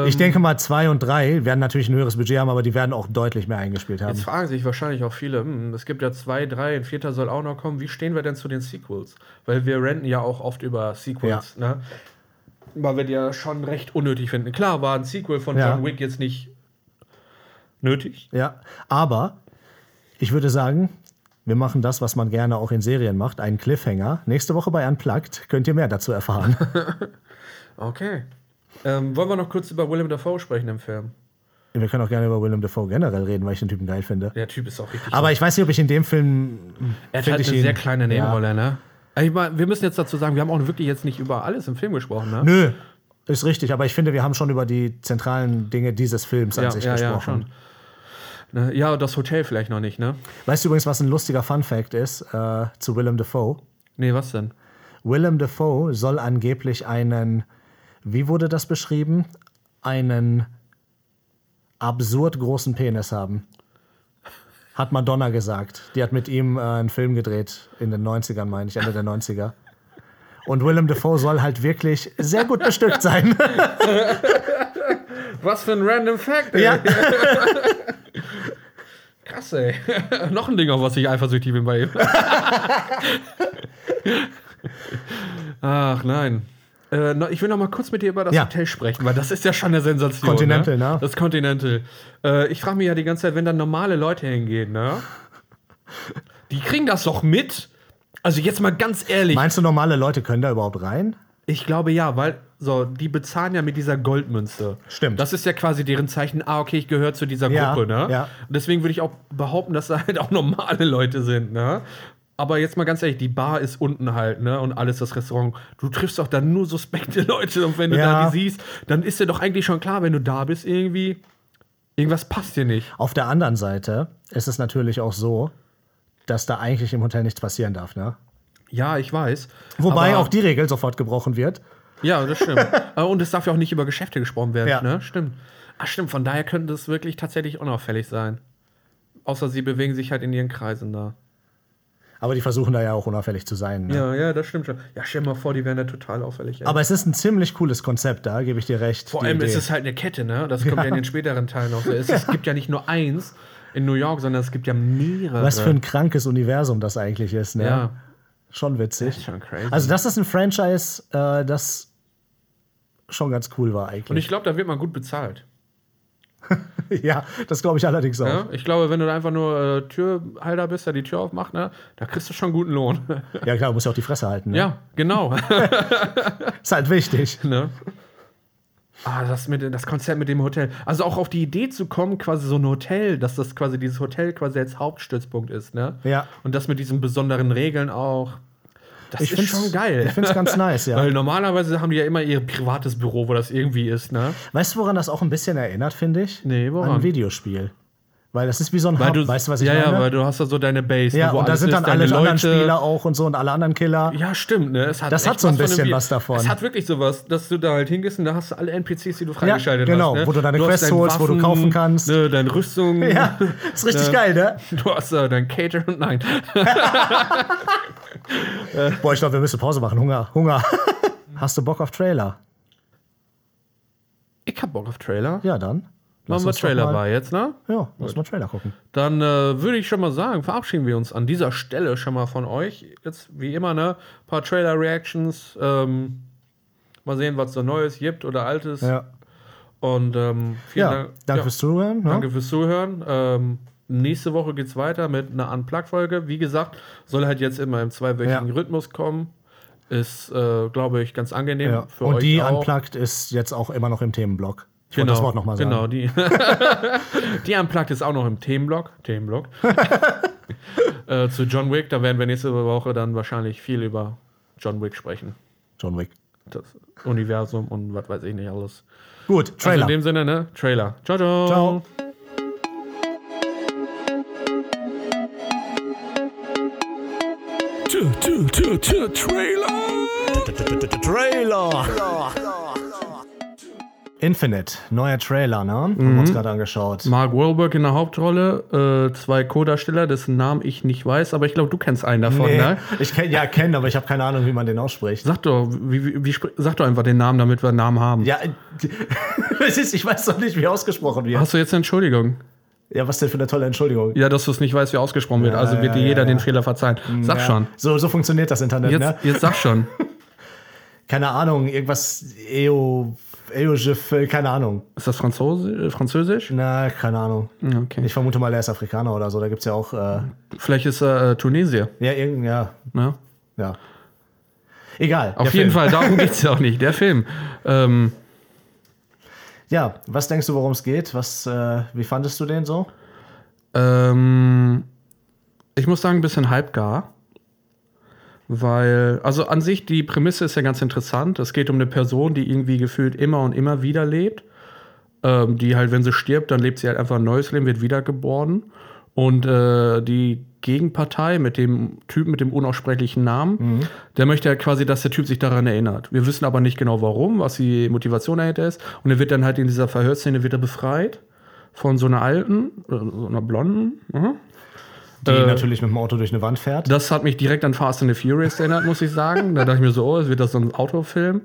Speaker 1: ich denke mal, zwei und drei werden natürlich ein höheres Budget haben, aber die werden auch deutlich mehr eingespielt haben.
Speaker 2: Jetzt fragen sich wahrscheinlich auch viele, hm, es gibt ja zwei, drei, ein vierter soll auch noch kommen. Wie stehen wir denn zu den Sequels? Weil wir renten ja auch oft über Sequels, ne? Weil wir die ja schon recht unnötig finden. Klar war ein Sequel von
Speaker 1: Ja.
Speaker 2: John Wick jetzt nicht nötig.
Speaker 1: Ja, aber ich würde sagen, wir machen das, was man gerne auch in Serien macht, einen Cliffhanger. Nächste Woche bei Unplugged könnt ihr mehr dazu erfahren.
Speaker 2: Okay. Ähm, wollen wir noch kurz über William Dafoe sprechen im Film?
Speaker 1: wir können auch gerne über Willem Dafoe generell reden, weil ich den Typen geil finde.
Speaker 2: Der Typ ist auch richtig.
Speaker 1: Aber ich weiß nicht, ob ich in dem Film.
Speaker 2: er hat
Speaker 1: find
Speaker 2: halt
Speaker 1: ich
Speaker 2: eine
Speaker 1: ihn-
Speaker 2: sehr kleine Nebenrolle, ne? Ich meine, wir müssen jetzt dazu sagen, wir haben auch wirklich jetzt nicht über alles im Film gesprochen, ne?
Speaker 1: Nö, ist richtig, aber ich finde, wir haben schon über die zentralen Dinge dieses Films an sich gesprochen.
Speaker 2: schon. Ne, Ja, das Hotel vielleicht noch nicht, ne?
Speaker 1: Weißt du übrigens, was ein lustiger Fun-Fact ist äh, zu Willem Dafoe?
Speaker 2: Nee, was denn?
Speaker 1: Willem Dafoe soll angeblich einen, wie wurde das beschrieben? Einen absurd großen Penis haben. Hat Madonna gesagt. Die hat mit ihm äh, einen Film gedreht in den 90ern, meine ich, Ende der 90er. Und Willem Dafoe soll halt wirklich sehr gut bestückt sein.
Speaker 2: Was für ein random Fact, ey.
Speaker 1: ja.
Speaker 2: Krass, ey. noch ein Ding, auf was ich eifersüchtig bin bei ihm. Ach, nein. Äh, no- ich will noch mal kurz mit dir über das
Speaker 1: Ja.
Speaker 2: Hotel sprechen, weil das ist ja schon eine Sensation.
Speaker 1: Continental,
Speaker 2: ne?
Speaker 1: ne?
Speaker 2: Das Continental. Äh, ich frage mich ja die ganze Zeit, wenn dann normale Leute hingehen, ne? Die kriegen das doch mit. Also jetzt mal ganz ehrlich.
Speaker 1: Meinst du, normale Leute können da überhaupt rein?
Speaker 2: Ich glaube ja, weil so, die bezahlen ja mit dieser Goldmünze.
Speaker 1: Stimmt.
Speaker 2: Das ist ja quasi deren Zeichen, ah, okay, ich gehöre zu dieser
Speaker 1: Ja,
Speaker 2: Gruppe, ne?
Speaker 1: ja.
Speaker 2: Und deswegen würde ich auch behaupten, dass da halt auch normale Leute sind, ne? Aber jetzt mal ganz ehrlich, die Bar ist unten halt, ne? Und alles das Restaurant. Du triffst doch dann nur suspekte Leute und wenn du
Speaker 1: Ja.
Speaker 2: da die siehst, dann ist dir doch eigentlich schon klar, wenn du da bist, irgendwie, irgendwas passt dir nicht.
Speaker 1: Auf der anderen Seite ist es natürlich auch so, dass da eigentlich im Hotel nichts passieren darf, ne?
Speaker 2: Ja, ich weiß.
Speaker 1: Wobei
Speaker 2: Aber-
Speaker 1: auch die Regel sofort gebrochen wird.
Speaker 2: Ja, das stimmt. Äh, Und es darf ja auch nicht über Geschäfte gesprochen werden,
Speaker 1: Ja.
Speaker 2: ne? Stimmt. Ach stimmt, von daher könnte es wirklich tatsächlich unauffällig sein. Außer sie bewegen sich halt in ihren Kreisen da.
Speaker 1: Aber die versuchen da ja auch unauffällig zu sein. Ne?
Speaker 2: Ja, ja, das stimmt schon. Ja, stell dir mal vor, die wären da total auffällig. ey.
Speaker 1: Aber es ist ein ziemlich cooles Konzept, da gebe ich dir recht.
Speaker 2: vor
Speaker 1: die
Speaker 2: allem
Speaker 1: Idee.
Speaker 2: ist es halt eine Kette, ne? Das kommt ja, in den späteren Teilen noch. Es, es gibt ja nicht nur eins in New York, sondern es gibt ja mehrere.
Speaker 1: Was für ein krankes Universum das eigentlich ist, ne?
Speaker 2: Ja,
Speaker 1: Schon
Speaker 2: das
Speaker 1: witzig.
Speaker 2: ist schon crazy.
Speaker 1: Also, das ist ein Franchise, äh, das schon ganz cool war
Speaker 2: Und
Speaker 1: eigentlich.
Speaker 2: ich glaube, da wird man gut bezahlt.
Speaker 1: ja, das glaube ich allerdings auch.
Speaker 2: Ja? Ich glaube, wenn du da einfach nur äh, Türhalter bist, der die Tür aufmacht, ne? Da kriegst du schon guten Lohn.
Speaker 1: Ja, klar, du musst ja auch die Fresse halten. Ne?
Speaker 2: ja, genau.
Speaker 1: Ist halt wichtig.
Speaker 2: Ne? Ah, das, mit, das Konzept mit dem Hotel. Also auch auf die Idee zu kommen, quasi so ein Hotel, dass das quasi dieses Hotel quasi als Hauptstützpunkt ist, ne?
Speaker 1: Ja.
Speaker 2: Und das mit diesen besonderen Regeln auch. Das
Speaker 1: Ich
Speaker 2: ist
Speaker 1: find's-
Speaker 2: schon geil.
Speaker 1: Ich finde es ganz nice, ja.
Speaker 2: Weil normalerweise haben die ja immer ihr privates Büro, wo das irgendwie ist, ne?
Speaker 1: Weißt du, woran das auch ein bisschen erinnert, finde ich?
Speaker 2: Nee, woran?
Speaker 1: An ein Videospiel. Weil das ist wie so ein
Speaker 2: Weil
Speaker 1: Hub,
Speaker 2: du,
Speaker 1: weißt du, was ich
Speaker 2: ja,
Speaker 1: meine?
Speaker 2: ja, weil du hast da so deine Base,
Speaker 1: Ja,
Speaker 2: ne, wo
Speaker 1: und da
Speaker 2: alles
Speaker 1: sind
Speaker 2: ist,
Speaker 1: dann
Speaker 2: deine
Speaker 1: alle anderen
Speaker 2: Leute.
Speaker 1: Spieler auch und so und alle anderen Killer.
Speaker 2: Ja, stimmt, ne? Es hat
Speaker 1: Das hat
Speaker 2: echt
Speaker 1: so ein
Speaker 2: von einem
Speaker 1: bisschen
Speaker 2: Vi-
Speaker 1: was davon.
Speaker 2: Es hat wirklich sowas, dass du da halt hingehst und da hast du alle NPCs, die du freigeschaltet
Speaker 1: genau,
Speaker 2: hast. Ne?
Speaker 1: wo du deine
Speaker 2: hast
Speaker 1: Quests
Speaker 2: deine
Speaker 1: holst, wo du kaufen kannst.
Speaker 2: Ne, deine Rüstung.
Speaker 1: Ja, ist richtig
Speaker 2: Ja.
Speaker 1: geil, ne?
Speaker 2: Du hast äh, dein Catering. Nein.
Speaker 1: Boah, ich glaube, wir müssen Pause machen. Hunger, Hunger. Hast du Bock auf Trailer?
Speaker 2: Ich hab Bock auf Trailer.
Speaker 1: Ja, dann. Lass
Speaker 2: Machen wir
Speaker 1: uns doch
Speaker 2: Trailer
Speaker 1: mal-
Speaker 2: bei jetzt, ne?
Speaker 1: Ja, lass mal Trailer gucken.
Speaker 2: Dann äh, würde ich schon mal sagen, verabschieden wir uns an dieser Stelle schon mal von euch. Jetzt wie immer, ne? Ein paar Trailer-Reactions. Ähm, mal sehen, was so Neues gibt oder Altes.
Speaker 1: Ja,
Speaker 2: Und ähm, vielen
Speaker 1: ja
Speaker 2: Dank.
Speaker 1: danke
Speaker 2: ja,
Speaker 1: fürs Zuhören. Ne?
Speaker 2: danke fürs Zuhören. Ähm, nächste Woche geht's weiter mit einer Unplug-Folge. Wie gesagt, soll halt jetzt immer im zweiwöchigen
Speaker 1: Ja.
Speaker 2: Rhythmus kommen. Ist, äh, glaube ich, ganz angenehm
Speaker 1: Ja.
Speaker 2: für
Speaker 1: Und
Speaker 2: euch.
Speaker 1: die
Speaker 2: auch.
Speaker 1: Unplugged ist jetzt auch immer noch im Themenblock. Ich wollte das Wort nochmal sagen.
Speaker 2: Genau, die, die Unplugged ist auch noch im Themenblock. Themenblock. äh, zu John Wick, da werden wir nächste Woche dann wahrscheinlich viel über John Wick sprechen.
Speaker 1: John Wick.
Speaker 2: Das Universum und was weiß ich nicht alles.
Speaker 1: Gut,
Speaker 2: Also in
Speaker 1: Trailer.
Speaker 2: dem Sinne, ne? Trailer. Ciao, ciao.
Speaker 1: Ciao.
Speaker 4: Trailer!
Speaker 1: Trailer! Infinite, neuer Trailer, ne? Haben
Speaker 2: Mhm.
Speaker 1: wir uns gerade angeschaut.
Speaker 2: Mark Wahlberg in der Hauptrolle, äh, zwei Co-Darsteller, dessen Namen ich nicht weiß, aber ich glaube, du kennst einen davon,
Speaker 1: Nee,
Speaker 2: ne?
Speaker 1: Ich kenn, ja, kenne, aber ich habe keine Ahnung, wie man den ausspricht.
Speaker 2: Sag doch, wie, wie, wie, spr- sag doch einfach den Namen, damit wir einen Namen haben.
Speaker 1: Ja, äh, es ist, ich weiß doch nicht, wie ausgesprochen wird.
Speaker 2: Hast du jetzt eine Entschuldigung?
Speaker 1: Ja, was denn für eine tolle Entschuldigung.
Speaker 2: Ja, dass du es nicht weißt, wie ausgesprochen wird. Also wird dir jeder den Fehler verzeihen. Sag
Speaker 1: Ja,
Speaker 2: schon.
Speaker 1: So, so funktioniert das Internet,
Speaker 2: Jetzt,
Speaker 1: ne?
Speaker 2: jetzt sag schon.
Speaker 1: Keine Ahnung, irgendwas E EO, EOGIF, äh, keine Ahnung.
Speaker 2: Ist das Franzose, äh, Französisch?
Speaker 1: Na, keine Ahnung.
Speaker 2: Okay.
Speaker 1: Ich vermute mal, er ist Afrikaner oder so. Da gibt es ja auch, äh, ja,
Speaker 2: Vielleicht ist er äh, Tunesier.
Speaker 1: irgendein, ja,
Speaker 2: Ne?
Speaker 1: ja. Egal.
Speaker 2: Auf jeden Fall, darum geht es ja auch nicht. Der Film. Ähm,
Speaker 1: Ja, was denkst du, worum es geht? Was, äh, wie fandest du den so?
Speaker 2: Ähm, ich muss sagen, ein bisschen halbgar. Weil, also an sich, die Prämisse ist ja ganz interessant. Es geht um eine Person, die irgendwie gefühlt immer und immer wieder lebt. Ähm, die halt, wenn sie stirbt, dann lebt sie halt einfach ein neues Leben, wird wiedergeboren. Und äh, die Gegenpartei mit dem Typ mit dem unaussprechlichen Namen,
Speaker 1: Mhm.
Speaker 2: der möchte halt quasi, dass der Typ sich daran erinnert. Wir wissen aber nicht genau warum, was die Motivation dahinter ist. Und er wird dann halt in dieser Verhörszene wieder befreit von so einer alten, äh, so einer blonden. mhm.
Speaker 1: Die
Speaker 2: Äh,
Speaker 1: natürlich mit dem Auto durch eine Wand fährt.
Speaker 2: Das hat mich direkt an Fast and the Furious erinnert, muss ich sagen. Da dachte ich mir so, oh, es wird das so ein Autofilm.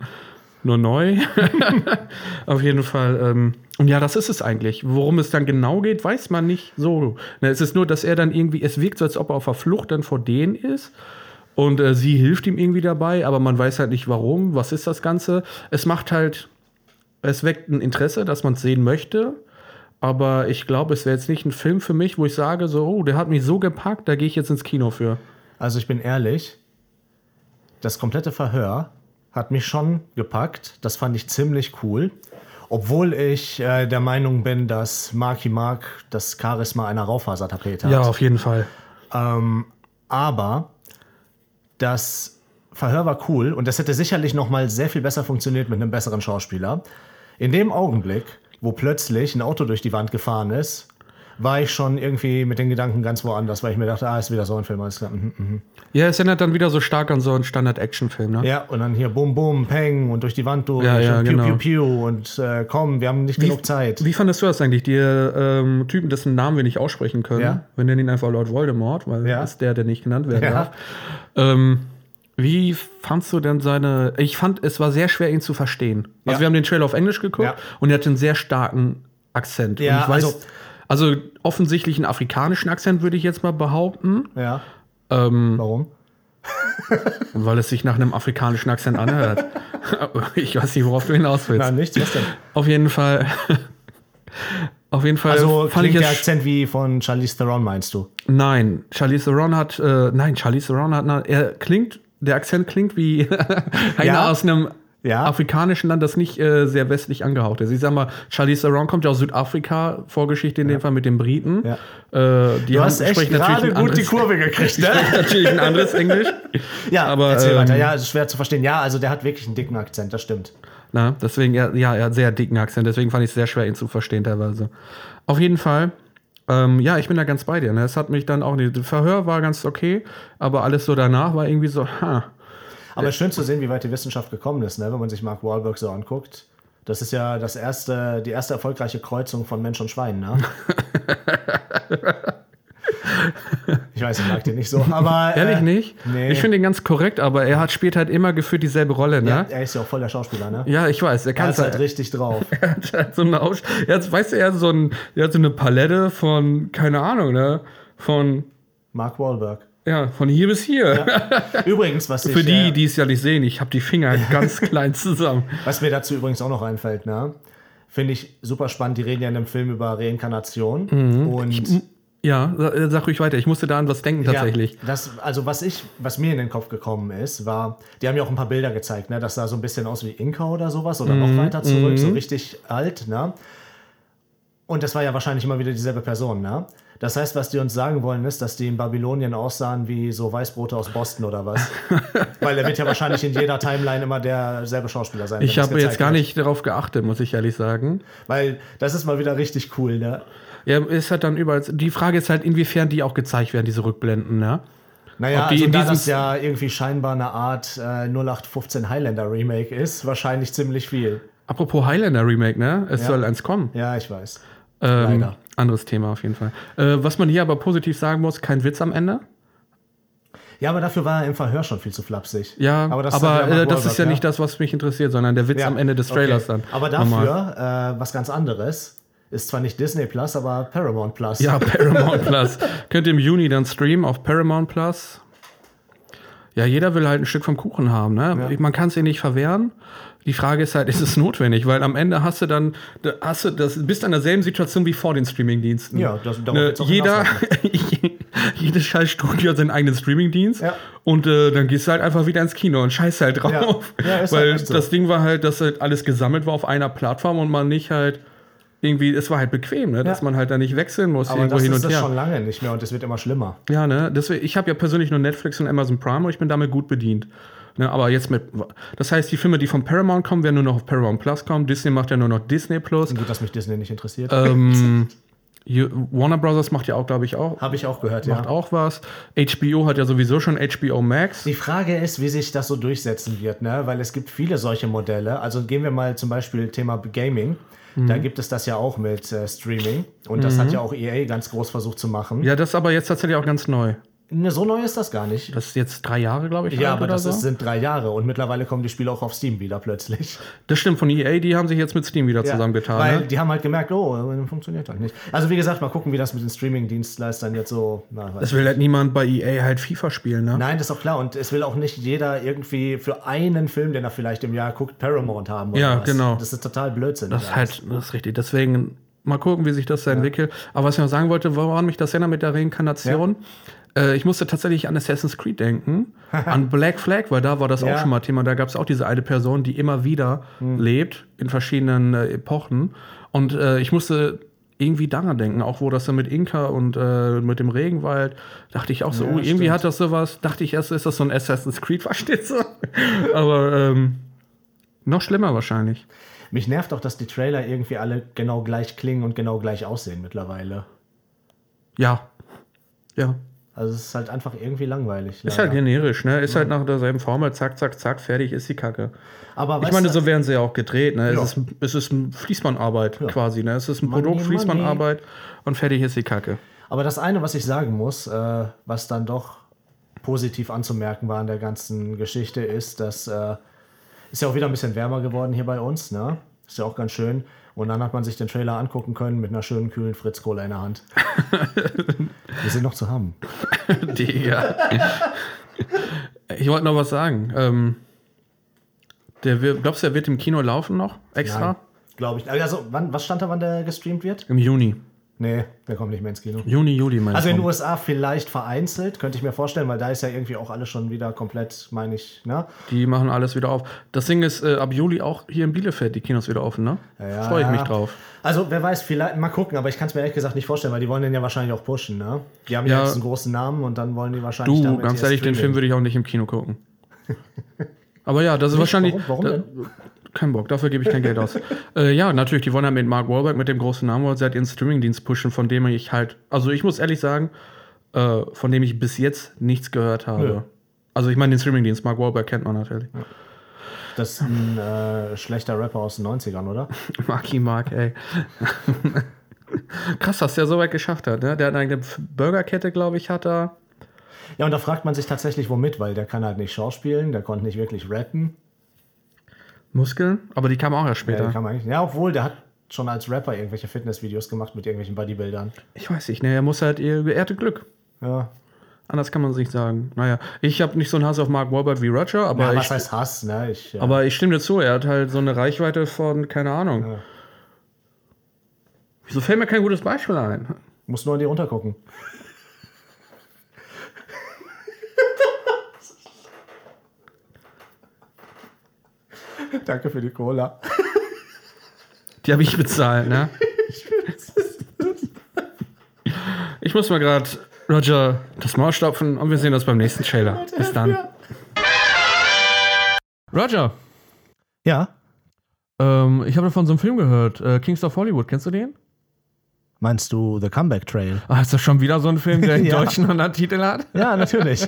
Speaker 2: Nur neu. Auf jeden Fall. Ähm, und ja, das ist es eigentlich. Worum es dann genau geht, weiß man nicht so. Ne, es ist nur, dass er dann irgendwie, es wirkt so, als ob er auf der Flucht dann vor denen ist. Und äh, sie hilft ihm irgendwie dabei, aber man weiß halt nicht warum. Was ist das Ganze? Es macht halt, es weckt ein Interesse, dass man es sehen möchte. Aber ich glaube, es wäre jetzt nicht ein Film für mich, wo ich sage, so, oh, der hat mich so gepackt, da gehe ich jetzt ins Kino für.
Speaker 1: Also ich bin ehrlich, das komplette Verhör hat mich schon gepackt. Das fand ich ziemlich cool. Obwohl ich äh, der Meinung bin, dass Marky Mark das Charisma einer Raufasertapete hat.
Speaker 2: Ja, auf jeden Fall.
Speaker 1: Aber das Verhör war cool und das hätte sicherlich noch mal sehr viel besser funktioniert mit einem besseren Schauspieler. In dem Augenblick, wo plötzlich ein Auto durch die Wand gefahren ist, war ich schon irgendwie mit den Gedanken ganz woanders, weil ich mir dachte, ah, ist wieder so ein Film. Alles klar. Mhm, mhm.
Speaker 2: Ja, es erinnert dann wieder so stark an so einen Standard-Action-Film, ne?
Speaker 1: Ja, und dann hier Bum Bum, Peng und durch die Wand durch
Speaker 2: Ja, ja,
Speaker 1: und
Speaker 2: genau.
Speaker 1: Piu Piu Piu und äh, komm, wir haben nicht genug Zeit.
Speaker 2: Wie fandest du das eigentlich? Die ähm, Typen, dessen Namen wir nicht aussprechen können,
Speaker 1: Ja.
Speaker 2: wir nennen ihn einfach Lord Voldemort, weil
Speaker 1: Ja.
Speaker 2: das ist der, der nicht genannt werden
Speaker 1: Ja.
Speaker 2: darf. Ähm, wie fandst du denn seine. Ich fand, es war sehr schwer, ihn zu verstehen. Also,
Speaker 1: Ja.
Speaker 2: wir haben den Trailer auf Englisch geguckt
Speaker 1: Ja.
Speaker 2: und er hat einen sehr starken Akzent.
Speaker 1: Ja,
Speaker 2: und ich weiß,
Speaker 1: also-
Speaker 2: also, offensichtlich einen afrikanischen Akzent, würde ich jetzt mal behaupten,
Speaker 1: Ja.
Speaker 2: Ähm,
Speaker 1: Warum?
Speaker 2: weil es sich nach einem afrikanischen Akzent anhört. ich weiß nicht, worauf du hinaus willst.
Speaker 1: Nein, nichts. Was denn?
Speaker 2: Auf jeden Fall. Auf jeden Fall
Speaker 1: Also
Speaker 2: fand ich
Speaker 1: klingt der
Speaker 2: jetzt.
Speaker 1: Akzent wie von Charlize Theron, meinst du?
Speaker 2: Nein, Charlize Theron hat. Äh, nein, Charlize Theron hat. na- Er klingt. Der Akzent klingt wie einer
Speaker 1: Ja.
Speaker 2: aus einem
Speaker 1: Ja.
Speaker 2: afrikanischen Land, das nicht äh, sehr westlich angehaucht ist. Ich sag mal, Charlize Theron kommt ja aus Südafrika, Vorgeschichte in dem Fall mit den Briten.
Speaker 1: Ja.
Speaker 2: Äh, die
Speaker 1: Du
Speaker 2: haben-
Speaker 1: hast echt
Speaker 2: sprechen natürlich
Speaker 1: gerade
Speaker 2: ein
Speaker 1: gut die
Speaker 2: anderes-
Speaker 1: Kurve gekriegt,
Speaker 2: Die
Speaker 1: ne?
Speaker 2: sprechen natürlich ein anderes Englisch.
Speaker 1: Ja,
Speaker 2: Aber,
Speaker 1: erzähl
Speaker 2: ähm,
Speaker 1: weiter. Ja, ist schwer zu verstehen. Ja, also der hat wirklich einen dicken Akzent, das stimmt.
Speaker 2: Na, deswegen, er, ja, er hat sehr dicken Akzent, deswegen fand ich es sehr schwer, ihn zu verstehen teilweise. Auf jeden Fall, ähm, ja, ich bin da ganz bei dir. Ne? Es hat mich dann auch nicht. das Verhör war ganz okay, aber alles so danach war irgendwie so, ha.
Speaker 1: Aber schön zu sehen, wie weit die Wissenschaft gekommen ist, ne? wenn man sich Mark Wahlberg so anguckt. Das ist ja das erste, die erste erfolgreiche Kreuzung von Mensch und Schwein, ne? Ich weiß, ich mag den nicht so, aber.
Speaker 2: Ehrlich
Speaker 1: äh,
Speaker 2: nicht?
Speaker 1: nee.
Speaker 2: Ich finde ihn ganz korrekt, aber er hat spielt halt immer gefühlt dieselbe Rolle,
Speaker 1: Ja,
Speaker 2: ne?
Speaker 1: er ist ja auch voll der Schauspieler, ne?
Speaker 2: Ja, ich weiß, er
Speaker 1: Er
Speaker 2: kann
Speaker 1: ist
Speaker 2: es
Speaker 1: halt
Speaker 2: halt.
Speaker 1: richtig drauf.
Speaker 2: Er hat halt so eine Aus er hat, weißt du, er hat, so ein, er hat so eine Palette von, keine Ahnung, ne? Von,
Speaker 1: Mark Wahlberg.
Speaker 2: ja, von hier bis hier.
Speaker 1: Übrigens, was, ich,
Speaker 2: Für die,
Speaker 1: äh,
Speaker 2: die es ja nicht sehen, ich habe die Finger halt ganz klein zusammen.
Speaker 1: was mir dazu übrigens auch noch einfällt, ne? Finde ich super spannend. Die reden ja in dem Film über Reinkarnation.
Speaker 2: Mhm.
Speaker 1: Und
Speaker 2: Ja, sa- äh, sag ruhig weiter. Ich musste da an was denken tatsächlich.
Speaker 1: Ja, das, also was ich, was mir in den Kopf gekommen ist, war, die haben ja auch ein paar Bilder gezeigt, ne? Das sah so ein bisschen aus wie Inka oder sowas oder
Speaker 2: Mhm,
Speaker 1: noch weiter zurück, so richtig alt, ne? Und das war ja wahrscheinlich immer wieder dieselbe Person, ne? Das heißt, was die uns sagen wollen, ist, dass die in Babylonien aussahen wie so Weißbrote aus Boston oder was. Weil er wird ja wahrscheinlich in jeder Timeline immer derselbe Schauspieler sein.
Speaker 2: ich
Speaker 1: wenn das
Speaker 2: habe jetzt
Speaker 1: gezeigt
Speaker 2: gar
Speaker 1: wird.
Speaker 2: nicht darauf geachtet, muss ich ehrlich sagen.
Speaker 1: Weil das ist mal wieder richtig cool, ne?
Speaker 2: Ja, ist halt dann überall. Die Frage ist halt, inwiefern die auch gezeigt werden, diese Rückblenden, ne?
Speaker 1: Naja,
Speaker 2: Ob die
Speaker 1: also
Speaker 2: in
Speaker 1: da
Speaker 2: diesem-
Speaker 1: das ja irgendwie scheinbar eine Art äh, 0815 Highlander Remake ist, wahrscheinlich ziemlich viel.
Speaker 2: Apropos Highlander Remake, ne? Es
Speaker 1: Ja.
Speaker 2: soll eins kommen.
Speaker 1: Ja, ich weiß.
Speaker 2: Ähm,
Speaker 1: Leider.
Speaker 2: anderes Thema auf jeden Fall. Äh, was man hier aber positiv sagen muss, kein Witz am Ende.
Speaker 1: Ja, aber dafür war er im Verhör schon viel zu flapsig.
Speaker 2: Ja, aber das,
Speaker 1: hat ja
Speaker 2: äh,
Speaker 1: Mark
Speaker 2: das
Speaker 1: Wahlberg,
Speaker 2: ist ja, nicht das, was mich interessiert, sondern der Witz
Speaker 1: Ja,
Speaker 2: am Ende des Trailers
Speaker 1: okay.
Speaker 2: dann.
Speaker 1: Aber
Speaker 2: Nochmal.
Speaker 1: dafür äh, was ganz anderes. Ist zwar nicht Disney Plus, aber Paramount Plus.
Speaker 2: Ja, Paramount Plus. Könnt ihr im Juni dann streamen auf Paramount Plus. Ja, jeder will halt ein Stück vom Kuchen haben, ne? Man kann es ihr nicht verwehren. Die Frage ist halt, ist es notwendig? Weil am Ende hast du dann, da hast du das, bist an derselben Situation wie vor den Streamingdiensten.
Speaker 1: Ja, das- darauf
Speaker 2: ne,
Speaker 1: wird's auch
Speaker 2: Jeder,
Speaker 1: hinauslaufen.
Speaker 2: jedes scheiß Studio hat seinen eigenen Streamingdienst.
Speaker 1: Ja.
Speaker 2: Und äh, dann gehst du halt einfach wieder ins Kino und scheiß halt drauf.
Speaker 1: Ja, ist halt
Speaker 2: Weil
Speaker 1: echt so.
Speaker 2: das Ding war halt, dass halt alles gesammelt war auf einer Plattform und man nicht halt irgendwie, es war halt bequem, ne? dass man halt da nicht wechseln muss
Speaker 1: aber
Speaker 2: irgendwo
Speaker 1: das
Speaker 2: hin
Speaker 1: ist
Speaker 2: und
Speaker 1: das
Speaker 2: her.
Speaker 1: schon lange nicht mehr und es wird immer schlimmer.
Speaker 2: Ja, ne? Deswegen, ich habe ja persönlich nur Netflix und Amazon Prime und ich bin damit gut bedient. Ne, aber jetzt mit. Das heißt, die Filme, die von Paramount kommen, werden nur noch auf Paramount Plus kommen. Disney macht ja nur noch Disney Plus.
Speaker 1: Gut, dass mich Disney nicht interessiert.
Speaker 2: Ähm, you- Warner Brothers macht ja auch, glaube ich, auch,
Speaker 1: Habe ich auch gehört,
Speaker 2: macht
Speaker 1: ja.
Speaker 2: auch was. HBO hat ja sowieso schon HBO Max.
Speaker 1: Die Frage ist, wie sich das so durchsetzen wird, ne? weil es gibt viele solche Modelle. Also gehen wir mal zum Beispiel Thema Gaming. Da
Speaker 2: Mhm.
Speaker 1: gibt es das ja auch mit äh, Streaming. Und das hat ja auch EA ganz groß versucht zu machen.
Speaker 2: Ja, das ist aber jetzt tatsächlich auch ganz neu.
Speaker 1: Ne, so neu ist das gar nicht.
Speaker 2: Das ist jetzt drei Jahre, glaube ich.
Speaker 1: ja,
Speaker 2: alt
Speaker 1: aber
Speaker 2: oder
Speaker 1: das
Speaker 2: so.
Speaker 1: ist, sind drei Jahre und mittlerweile kommen die Spiele auch auf Steam wieder plötzlich.
Speaker 2: das stimmt, von EA, die haben sich jetzt mit Steam wieder zusammengetan.
Speaker 1: Weil
Speaker 2: ne?
Speaker 1: die haben halt gemerkt, oh, funktioniert halt nicht. Also wie gesagt, mal gucken, wie das mit den Streaming-Dienstleistern jetzt so. Na, weiß
Speaker 2: Es will halt niemand bei EA halt FIFA spielen, ne?
Speaker 1: Nein, das ist doch klar. Und es will auch nicht jeder irgendwie für einen Film, den er vielleicht im Jahr guckt, Paramount haben. Oder
Speaker 2: Ja,
Speaker 1: was.
Speaker 2: genau.
Speaker 1: Das ist total Blödsinn.
Speaker 2: Das ist halt, das ist richtig. Deswegen mal gucken, wie sich das da entwickelt. Aber was ich noch sagen wollte, woran mich das erinnert mit der Reinkarnation? Äh, Ich musste tatsächlich an Assassin's Creed denken, an Black Flag, weil da war das
Speaker 1: Ja. Hm.
Speaker 2: auch schon mal Thema. Da gab es auch diese eine Person, die immer wieder lebt in verschiedenen äh, Epochen. Und äh, ich musste irgendwie daran denken, auch wo das dann mit Inka und äh, mit dem Regenwald, dachte ich auch so, oh, irgendwie
Speaker 1: stimmt.
Speaker 2: hat das sowas. Dachte ich erst, ist das so ein Assassin's Creed, versteht so. Aber ähm, noch schlimmer wahrscheinlich.
Speaker 1: Mich nervt auch, dass die Trailer irgendwie alle genau gleich klingen und genau gleich aussehen mittlerweile.
Speaker 2: Ja. Ja.
Speaker 1: Also es ist halt einfach irgendwie langweilig. leider.
Speaker 2: Ist halt generisch, ne? Ist halt nach derselben Formel, zack, zack, zack, fertig ist die Kacke.
Speaker 1: Aber
Speaker 2: Ich
Speaker 1: weißt
Speaker 2: meine,
Speaker 1: du-
Speaker 2: so werden sie ja auch gedreht, ne?
Speaker 1: Ja.
Speaker 2: Es ist, es ist ein Fließbandarbeit quasi, ne? Es ist ein
Speaker 1: Money,
Speaker 2: Produkt, Fließbandarbeit und fertig ist die Kacke.
Speaker 1: Aber das eine, was ich sagen muss, äh, was dann doch positiv anzumerken war an der ganzen Geschichte, ist, dass äh, ist ja auch wieder ein bisschen wärmer geworden hier bei uns, ne? Ist ja auch ganz schön. Und dann hat man sich den Trailer angucken können mit einer schönen kühlen Fritz Cola in der Hand. Wir sind noch zu haben.
Speaker 2: Digga. ich wollte noch was sagen. Ähm, der, wird- glaubst du, der wird im Kino laufen noch? Extra?
Speaker 1: Glaube ich. Also, wann, was stand da, wann der gestreamt wird?
Speaker 2: Im Juni.
Speaker 1: Nee, der kommt nicht mehr ins Kino.
Speaker 2: Juni, Juli, meine
Speaker 1: Also in den
Speaker 2: ich.
Speaker 1: USA vielleicht vereinzelt, könnte ich mir vorstellen, weil da ist ja irgendwie auch alles schon wieder komplett, meine ich, ne?
Speaker 2: Die machen alles wieder auf. Das Ding ist, äh, ab Juli auch hier in Bielefeld die Kinos wieder offen, ne?
Speaker 1: Ja.
Speaker 2: Freue ich mich drauf.
Speaker 1: Also, wer weiß, vielleicht mal gucken, aber ich kann es mir ehrlich gesagt nicht vorstellen, weil die wollen den ja wahrscheinlich auch pushen, ne? Die haben ja,
Speaker 2: Ja.
Speaker 1: jetzt einen großen Namen und dann wollen die wahrscheinlich.
Speaker 2: Du,
Speaker 1: damit
Speaker 2: ganz
Speaker 1: ihr
Speaker 2: ehrlich, den Film
Speaker 1: streamen.
Speaker 2: würde ich auch nicht im Kino gucken. Aber ja, das ist wahrscheinlich.
Speaker 1: Warum? Warum
Speaker 2: da, kein Bock, dafür gebe ich kein Geld aus. äh, ja, natürlich, die wollen ja mit Mark Wahlberg, mit dem großen Namen, wollen sie halt ihren Streamingdienst pushen, von dem ich halt, also ich muss ehrlich sagen, äh, von dem ich bis jetzt nichts gehört habe.
Speaker 1: Nö.
Speaker 2: Also ich meine den Streamingdienst, Mark Wahlberg kennt man natürlich.
Speaker 1: Das ist ein äh, schlechter Rapper aus den 90ern, oder?
Speaker 2: Marky Mark, ey. Krass, dass der so weit geschafft hat, ne? Der hat eine eigene Burgerkette, glaube ich, hat er.
Speaker 1: Ja, und da fragt man sich tatsächlich, womit, weil der kann halt nicht schauspielen, der konnte nicht wirklich rappen.
Speaker 2: Muskeln, aber die kamen auch erst
Speaker 1: Ja,
Speaker 2: später.
Speaker 1: den kann man eigentlich, ja obwohl, der hat schon als Rapper irgendwelche Fitnessvideos gemacht mit irgendwelchen Bodybuildern.
Speaker 2: ich weiß nicht, ne? Er muss halt, ihr, er hatte Glück.
Speaker 1: Ja.
Speaker 2: Anders kann man es nicht sagen. Naja, ich habe nicht so einen Hass auf Mark Wahlberg wie Roger, aber,
Speaker 1: ja was
Speaker 2: ich,
Speaker 1: heißt Hass, ne? Ich, ja.
Speaker 2: aber ich stimme dir zu. Er hat halt so eine Reichweite von, keine Ahnung. Wieso fällt mir kein gutes Beispiel ein?
Speaker 1: Muss nur an die runtergucken. Danke für die Cola.
Speaker 2: Die habe ich bezahlt, ne? ich muss mal gerade Roger das Maul stopfen und wir sehen uns beim nächsten Trailer. Bis dann. Roger,
Speaker 1: Ja,
Speaker 2: ähm, ich habe von so einem Film gehört. Äh, Kings of Hollywood, kennst du den?
Speaker 1: meinst du The Comeback Trail?
Speaker 2: Ah, ist das schon wieder so ein Film, der einen
Speaker 1: Ja.
Speaker 2: deutschen Untertitel hat?
Speaker 1: Ja, natürlich.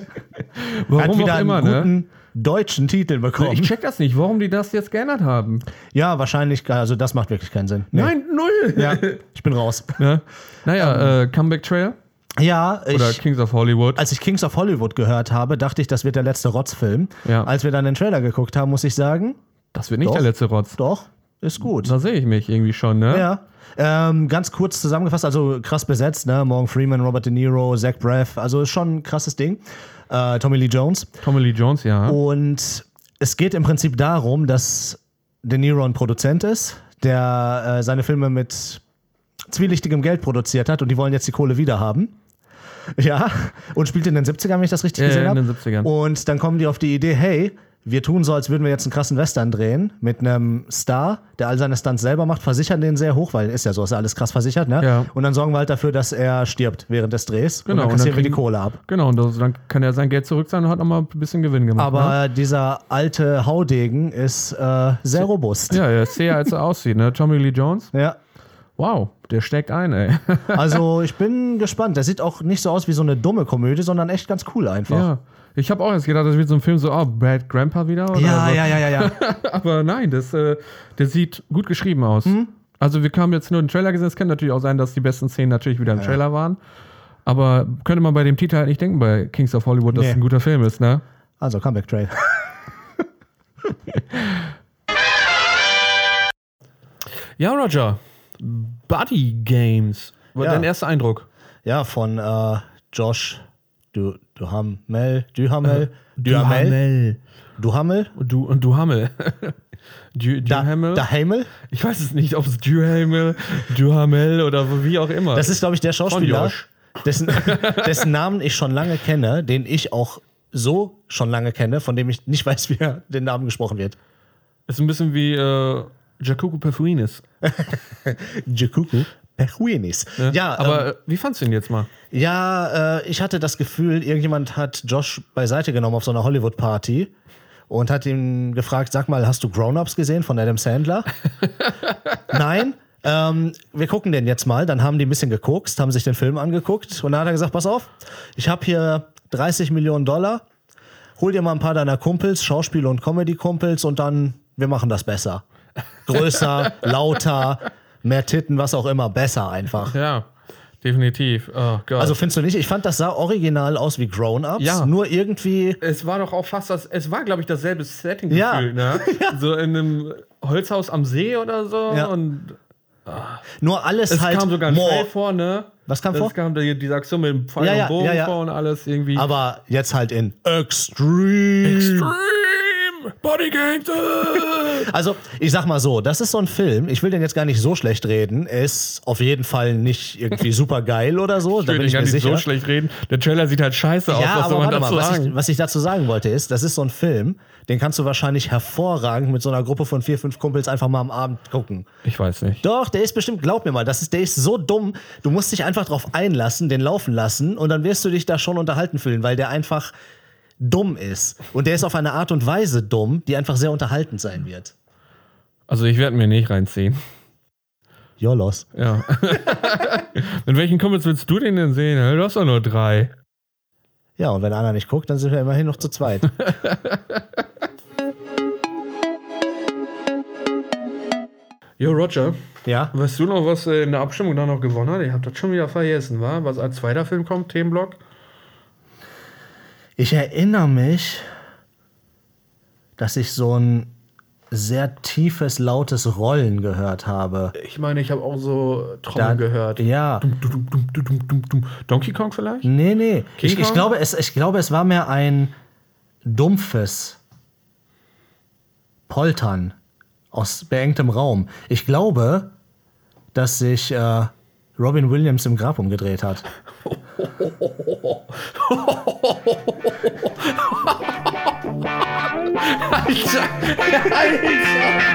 Speaker 2: Warum auch immer, ne?
Speaker 1: guten,
Speaker 5: deutschen Titeln bekommen.
Speaker 1: Ich check das nicht, warum die das jetzt geändert haben.
Speaker 5: ja, wahrscheinlich, also das macht wirklich keinen Sinn. Nee.
Speaker 1: Nein, null.
Speaker 5: Ja, ich bin raus.
Speaker 1: Ne? Naja, äh, Comeback Trail
Speaker 5: Ja,
Speaker 1: oder
Speaker 5: ich, Also,
Speaker 1: Kings of Hollywood.
Speaker 5: als ich Kings of Hollywood gehört habe, dachte ich, das wird der letzte Rotzfilm.
Speaker 1: Ja.
Speaker 5: Als wir dann den Trailer geguckt haben, muss ich sagen,
Speaker 1: das wird nicht
Speaker 5: doch.
Speaker 1: der letzte Rotz.
Speaker 5: doch, ist gut.
Speaker 1: Da sehe ich mich irgendwie schon, ne?
Speaker 5: Ja. Ähm, ganz kurz zusammengefasst, also krass besetzt, ne? Morgan Freeman, Robert De Niro, Zach Braff, also ist schon ein krasses Ding. Äh, Tommy Lee Jones.
Speaker 1: Tommy Lee Jones, ja.
Speaker 5: Oh. Und es geht im Prinzip darum, dass De Niro ein Produzent ist, der äh, seine Filme mit zwielichtigem Geld produziert hat und die wollen jetzt die Kohle wieder haben. Ja, und spielt in den 70ern, wenn ich das richtig
Speaker 1: Ja,
Speaker 5: gesehen
Speaker 1: ja, in
Speaker 5: habe.
Speaker 1: den 70ern.
Speaker 5: Und dann kommen die auf die Idee, hey, wir tun so, als würden wir jetzt einen krassen Western drehen mit einem Star, der all seine Stunts selber macht, versichern den sehr hoch, weil ist ja so, ist ja alles krass versichert, ne?
Speaker 1: Ja.
Speaker 5: Und dann sorgen wir halt dafür, dass er stirbt während des Drehs.
Speaker 1: Genau, und
Speaker 5: Und dann
Speaker 1: dann
Speaker 5: kassieren wir die
Speaker 1: kriegen-
Speaker 5: Kohle ab.
Speaker 1: Genau, und das, dann kann er sein Geld zurück sein und hat nochmal ein bisschen Gewinn gemacht. ne?
Speaker 5: Aber dieser alte Haudegen ist äh, sehr robust.
Speaker 1: Ja, er ist zäher, als er aussieht, ne? Tommy Lee Jones.
Speaker 5: Ja.
Speaker 1: Wow, der steckt ein, ey.
Speaker 5: Also ich bin gespannt. Der sieht auch nicht so aus wie so eine dumme Komödie, sondern echt ganz cool einfach.
Speaker 1: ja. Ich habe auch erst gedacht, das wird so ein Film so, oh, Brad Grandpa wieder oder
Speaker 5: Ja,
Speaker 1: so.
Speaker 5: ja, ja, ja, ja.
Speaker 1: Aber nein, das, äh, der sieht gut geschrieben aus.
Speaker 5: Hm?
Speaker 1: Also wir haben jetzt nur den Trailer gesehen. Es kann natürlich auch sein, dass die besten Szenen natürlich wieder im Trailer waren. Aber könnte man bei dem Titel halt nicht denken, bei Kings of Hollywood, dass
Speaker 5: Nee.
Speaker 1: es ein guter Film ist, ne?
Speaker 5: Also Comeback Trail.
Speaker 2: Ja, Roger. Buddy Games. War
Speaker 5: Ja.
Speaker 2: dein erster Eindruck?
Speaker 5: Ja, von äh, Josh du, Duhamel. Duhamel. Duhamel.
Speaker 2: Und du, und du Hammel. Du, du
Speaker 5: Da,
Speaker 2: Hammel?
Speaker 5: Dahamel.
Speaker 2: Ich weiß es nicht, ob es du Hammel, du Hammel oder wo- wie auch immer.
Speaker 5: Das ist, glaube ich, der Schauspieler,
Speaker 2: Josh.
Speaker 5: dessen, dessen Namen ich schon lange kenne, den ich auch so schon lange kenne, von dem ich nicht weiß, wie er den Namen gesprochen wird.
Speaker 2: ist ein bisschen wie äh, Jacopo Perfuinis.
Speaker 5: Jakuku Pechuinis. Ja, ähm,
Speaker 2: aber äh, wie fandst du ihn jetzt mal?
Speaker 5: Ja, äh, ich hatte das Gefühl, irgendjemand hat Josh beiseite genommen auf so einer Hollywood-Party und hat ihn gefragt, sag mal, hast du Grown-Ups gesehen von Adam Sandler? Nein. Ähm, wir gucken den jetzt mal. Dann haben die ein bisschen gekokst, haben sich den Film angeguckt und dann hat er gesagt, pass auf, ich habe hier 30 Millionen Dollar, hol dir mal ein paar deiner Kumpels, Schauspiel- und Comedy-Kumpels und dann, wir machen das besser. Größer, lauter, mehr Titten, was auch immer, besser einfach.
Speaker 2: Ja, definitiv. Oh Gott.
Speaker 5: Also findest du nicht? Ich fand, das sah original aus wie Grown-Ups.
Speaker 2: Ja.
Speaker 5: Nur irgendwie.
Speaker 2: es war doch auch fast das, es war, glaube ich, dasselbe Setting
Speaker 5: Ja.
Speaker 2: gefühlt, ne? So in einem Holzhaus am See oder so.
Speaker 5: Ja.
Speaker 2: Und
Speaker 5: Nur alles
Speaker 2: es
Speaker 5: halt.
Speaker 2: kam sogar ein
Speaker 5: more.
Speaker 2: Trail vor, ne?
Speaker 5: Was kam
Speaker 2: es
Speaker 5: vor?
Speaker 2: Es kam die, diese Aktion mit dem Pfeil
Speaker 5: Ja, ja,
Speaker 2: und Bogen
Speaker 5: ja, ja.
Speaker 2: vor und alles irgendwie.
Speaker 5: Aber jetzt halt in Extreme.
Speaker 2: Extreme Body Games! äh.
Speaker 5: Also, ich sag mal so, das ist so ein Film, ich will den jetzt gar nicht so schlecht reden, er ist auf jeden Fall nicht irgendwie super geil oder so, da
Speaker 2: ich
Speaker 5: bin
Speaker 2: will
Speaker 5: ich
Speaker 2: gar
Speaker 5: mir
Speaker 2: nicht
Speaker 5: sicher.
Speaker 2: so schlecht reden. Der Trailer sieht halt scheiße aus.
Speaker 5: ja,
Speaker 2: Was soll
Speaker 5: aber
Speaker 2: man
Speaker 5: warte mal,
Speaker 2: dazu
Speaker 5: was ich,
Speaker 2: sagen?
Speaker 5: was ich dazu sagen wollte ist, das ist so ein Film, den kannst du wahrscheinlich hervorragend mit so einer Gruppe von vier, fünf Kumpels einfach mal am Abend gucken.
Speaker 2: Ich weiß nicht.
Speaker 5: Doch, der ist bestimmt, glaub mir mal, das ist, der ist so dumm. Du musst dich einfach drauf einlassen, den laufen lassen und dann wirst du dich da schon unterhalten fühlen, weil der einfach dumm ist. Und der ist auf eine Art und Weise dumm, die einfach sehr unterhaltend sein wird.
Speaker 2: Also ich werde mir nicht reinziehen.
Speaker 5: Jolos.
Speaker 2: Ja. Mit welchen Kumpels willst du den denn sehen? Du hast doch nur drei.
Speaker 5: Ja, und wenn einer nicht guckt, dann sind wir immerhin noch zu zweit.
Speaker 2: Jo, Roger,
Speaker 5: ja?
Speaker 2: weißt du noch, was äh, in der Abstimmung da noch gewonnen hat? Ich hab das schon wieder vergessen, wa? Was als zweiter Film kommt, Themenblock?
Speaker 5: Ich erinnere mich, dass ich so ein sehr tiefes, lautes Rollen gehört habe.
Speaker 2: Ich meine, ich habe auch so Trommeln gehört.
Speaker 5: Ja.
Speaker 2: Dum, dum, dum, dum, dum, dum. Donkey Kong vielleicht?
Speaker 5: Nee, nee.
Speaker 2: King
Speaker 5: Ich, ich,
Speaker 2: Kong?
Speaker 5: glaube, es, ich glaube, es war mehr ein dumpfes Poltern aus beengtem Raum. Ich glaube, dass sich äh, Robin Williams im Grab umgedreht hat.
Speaker 2: Alter! Alter!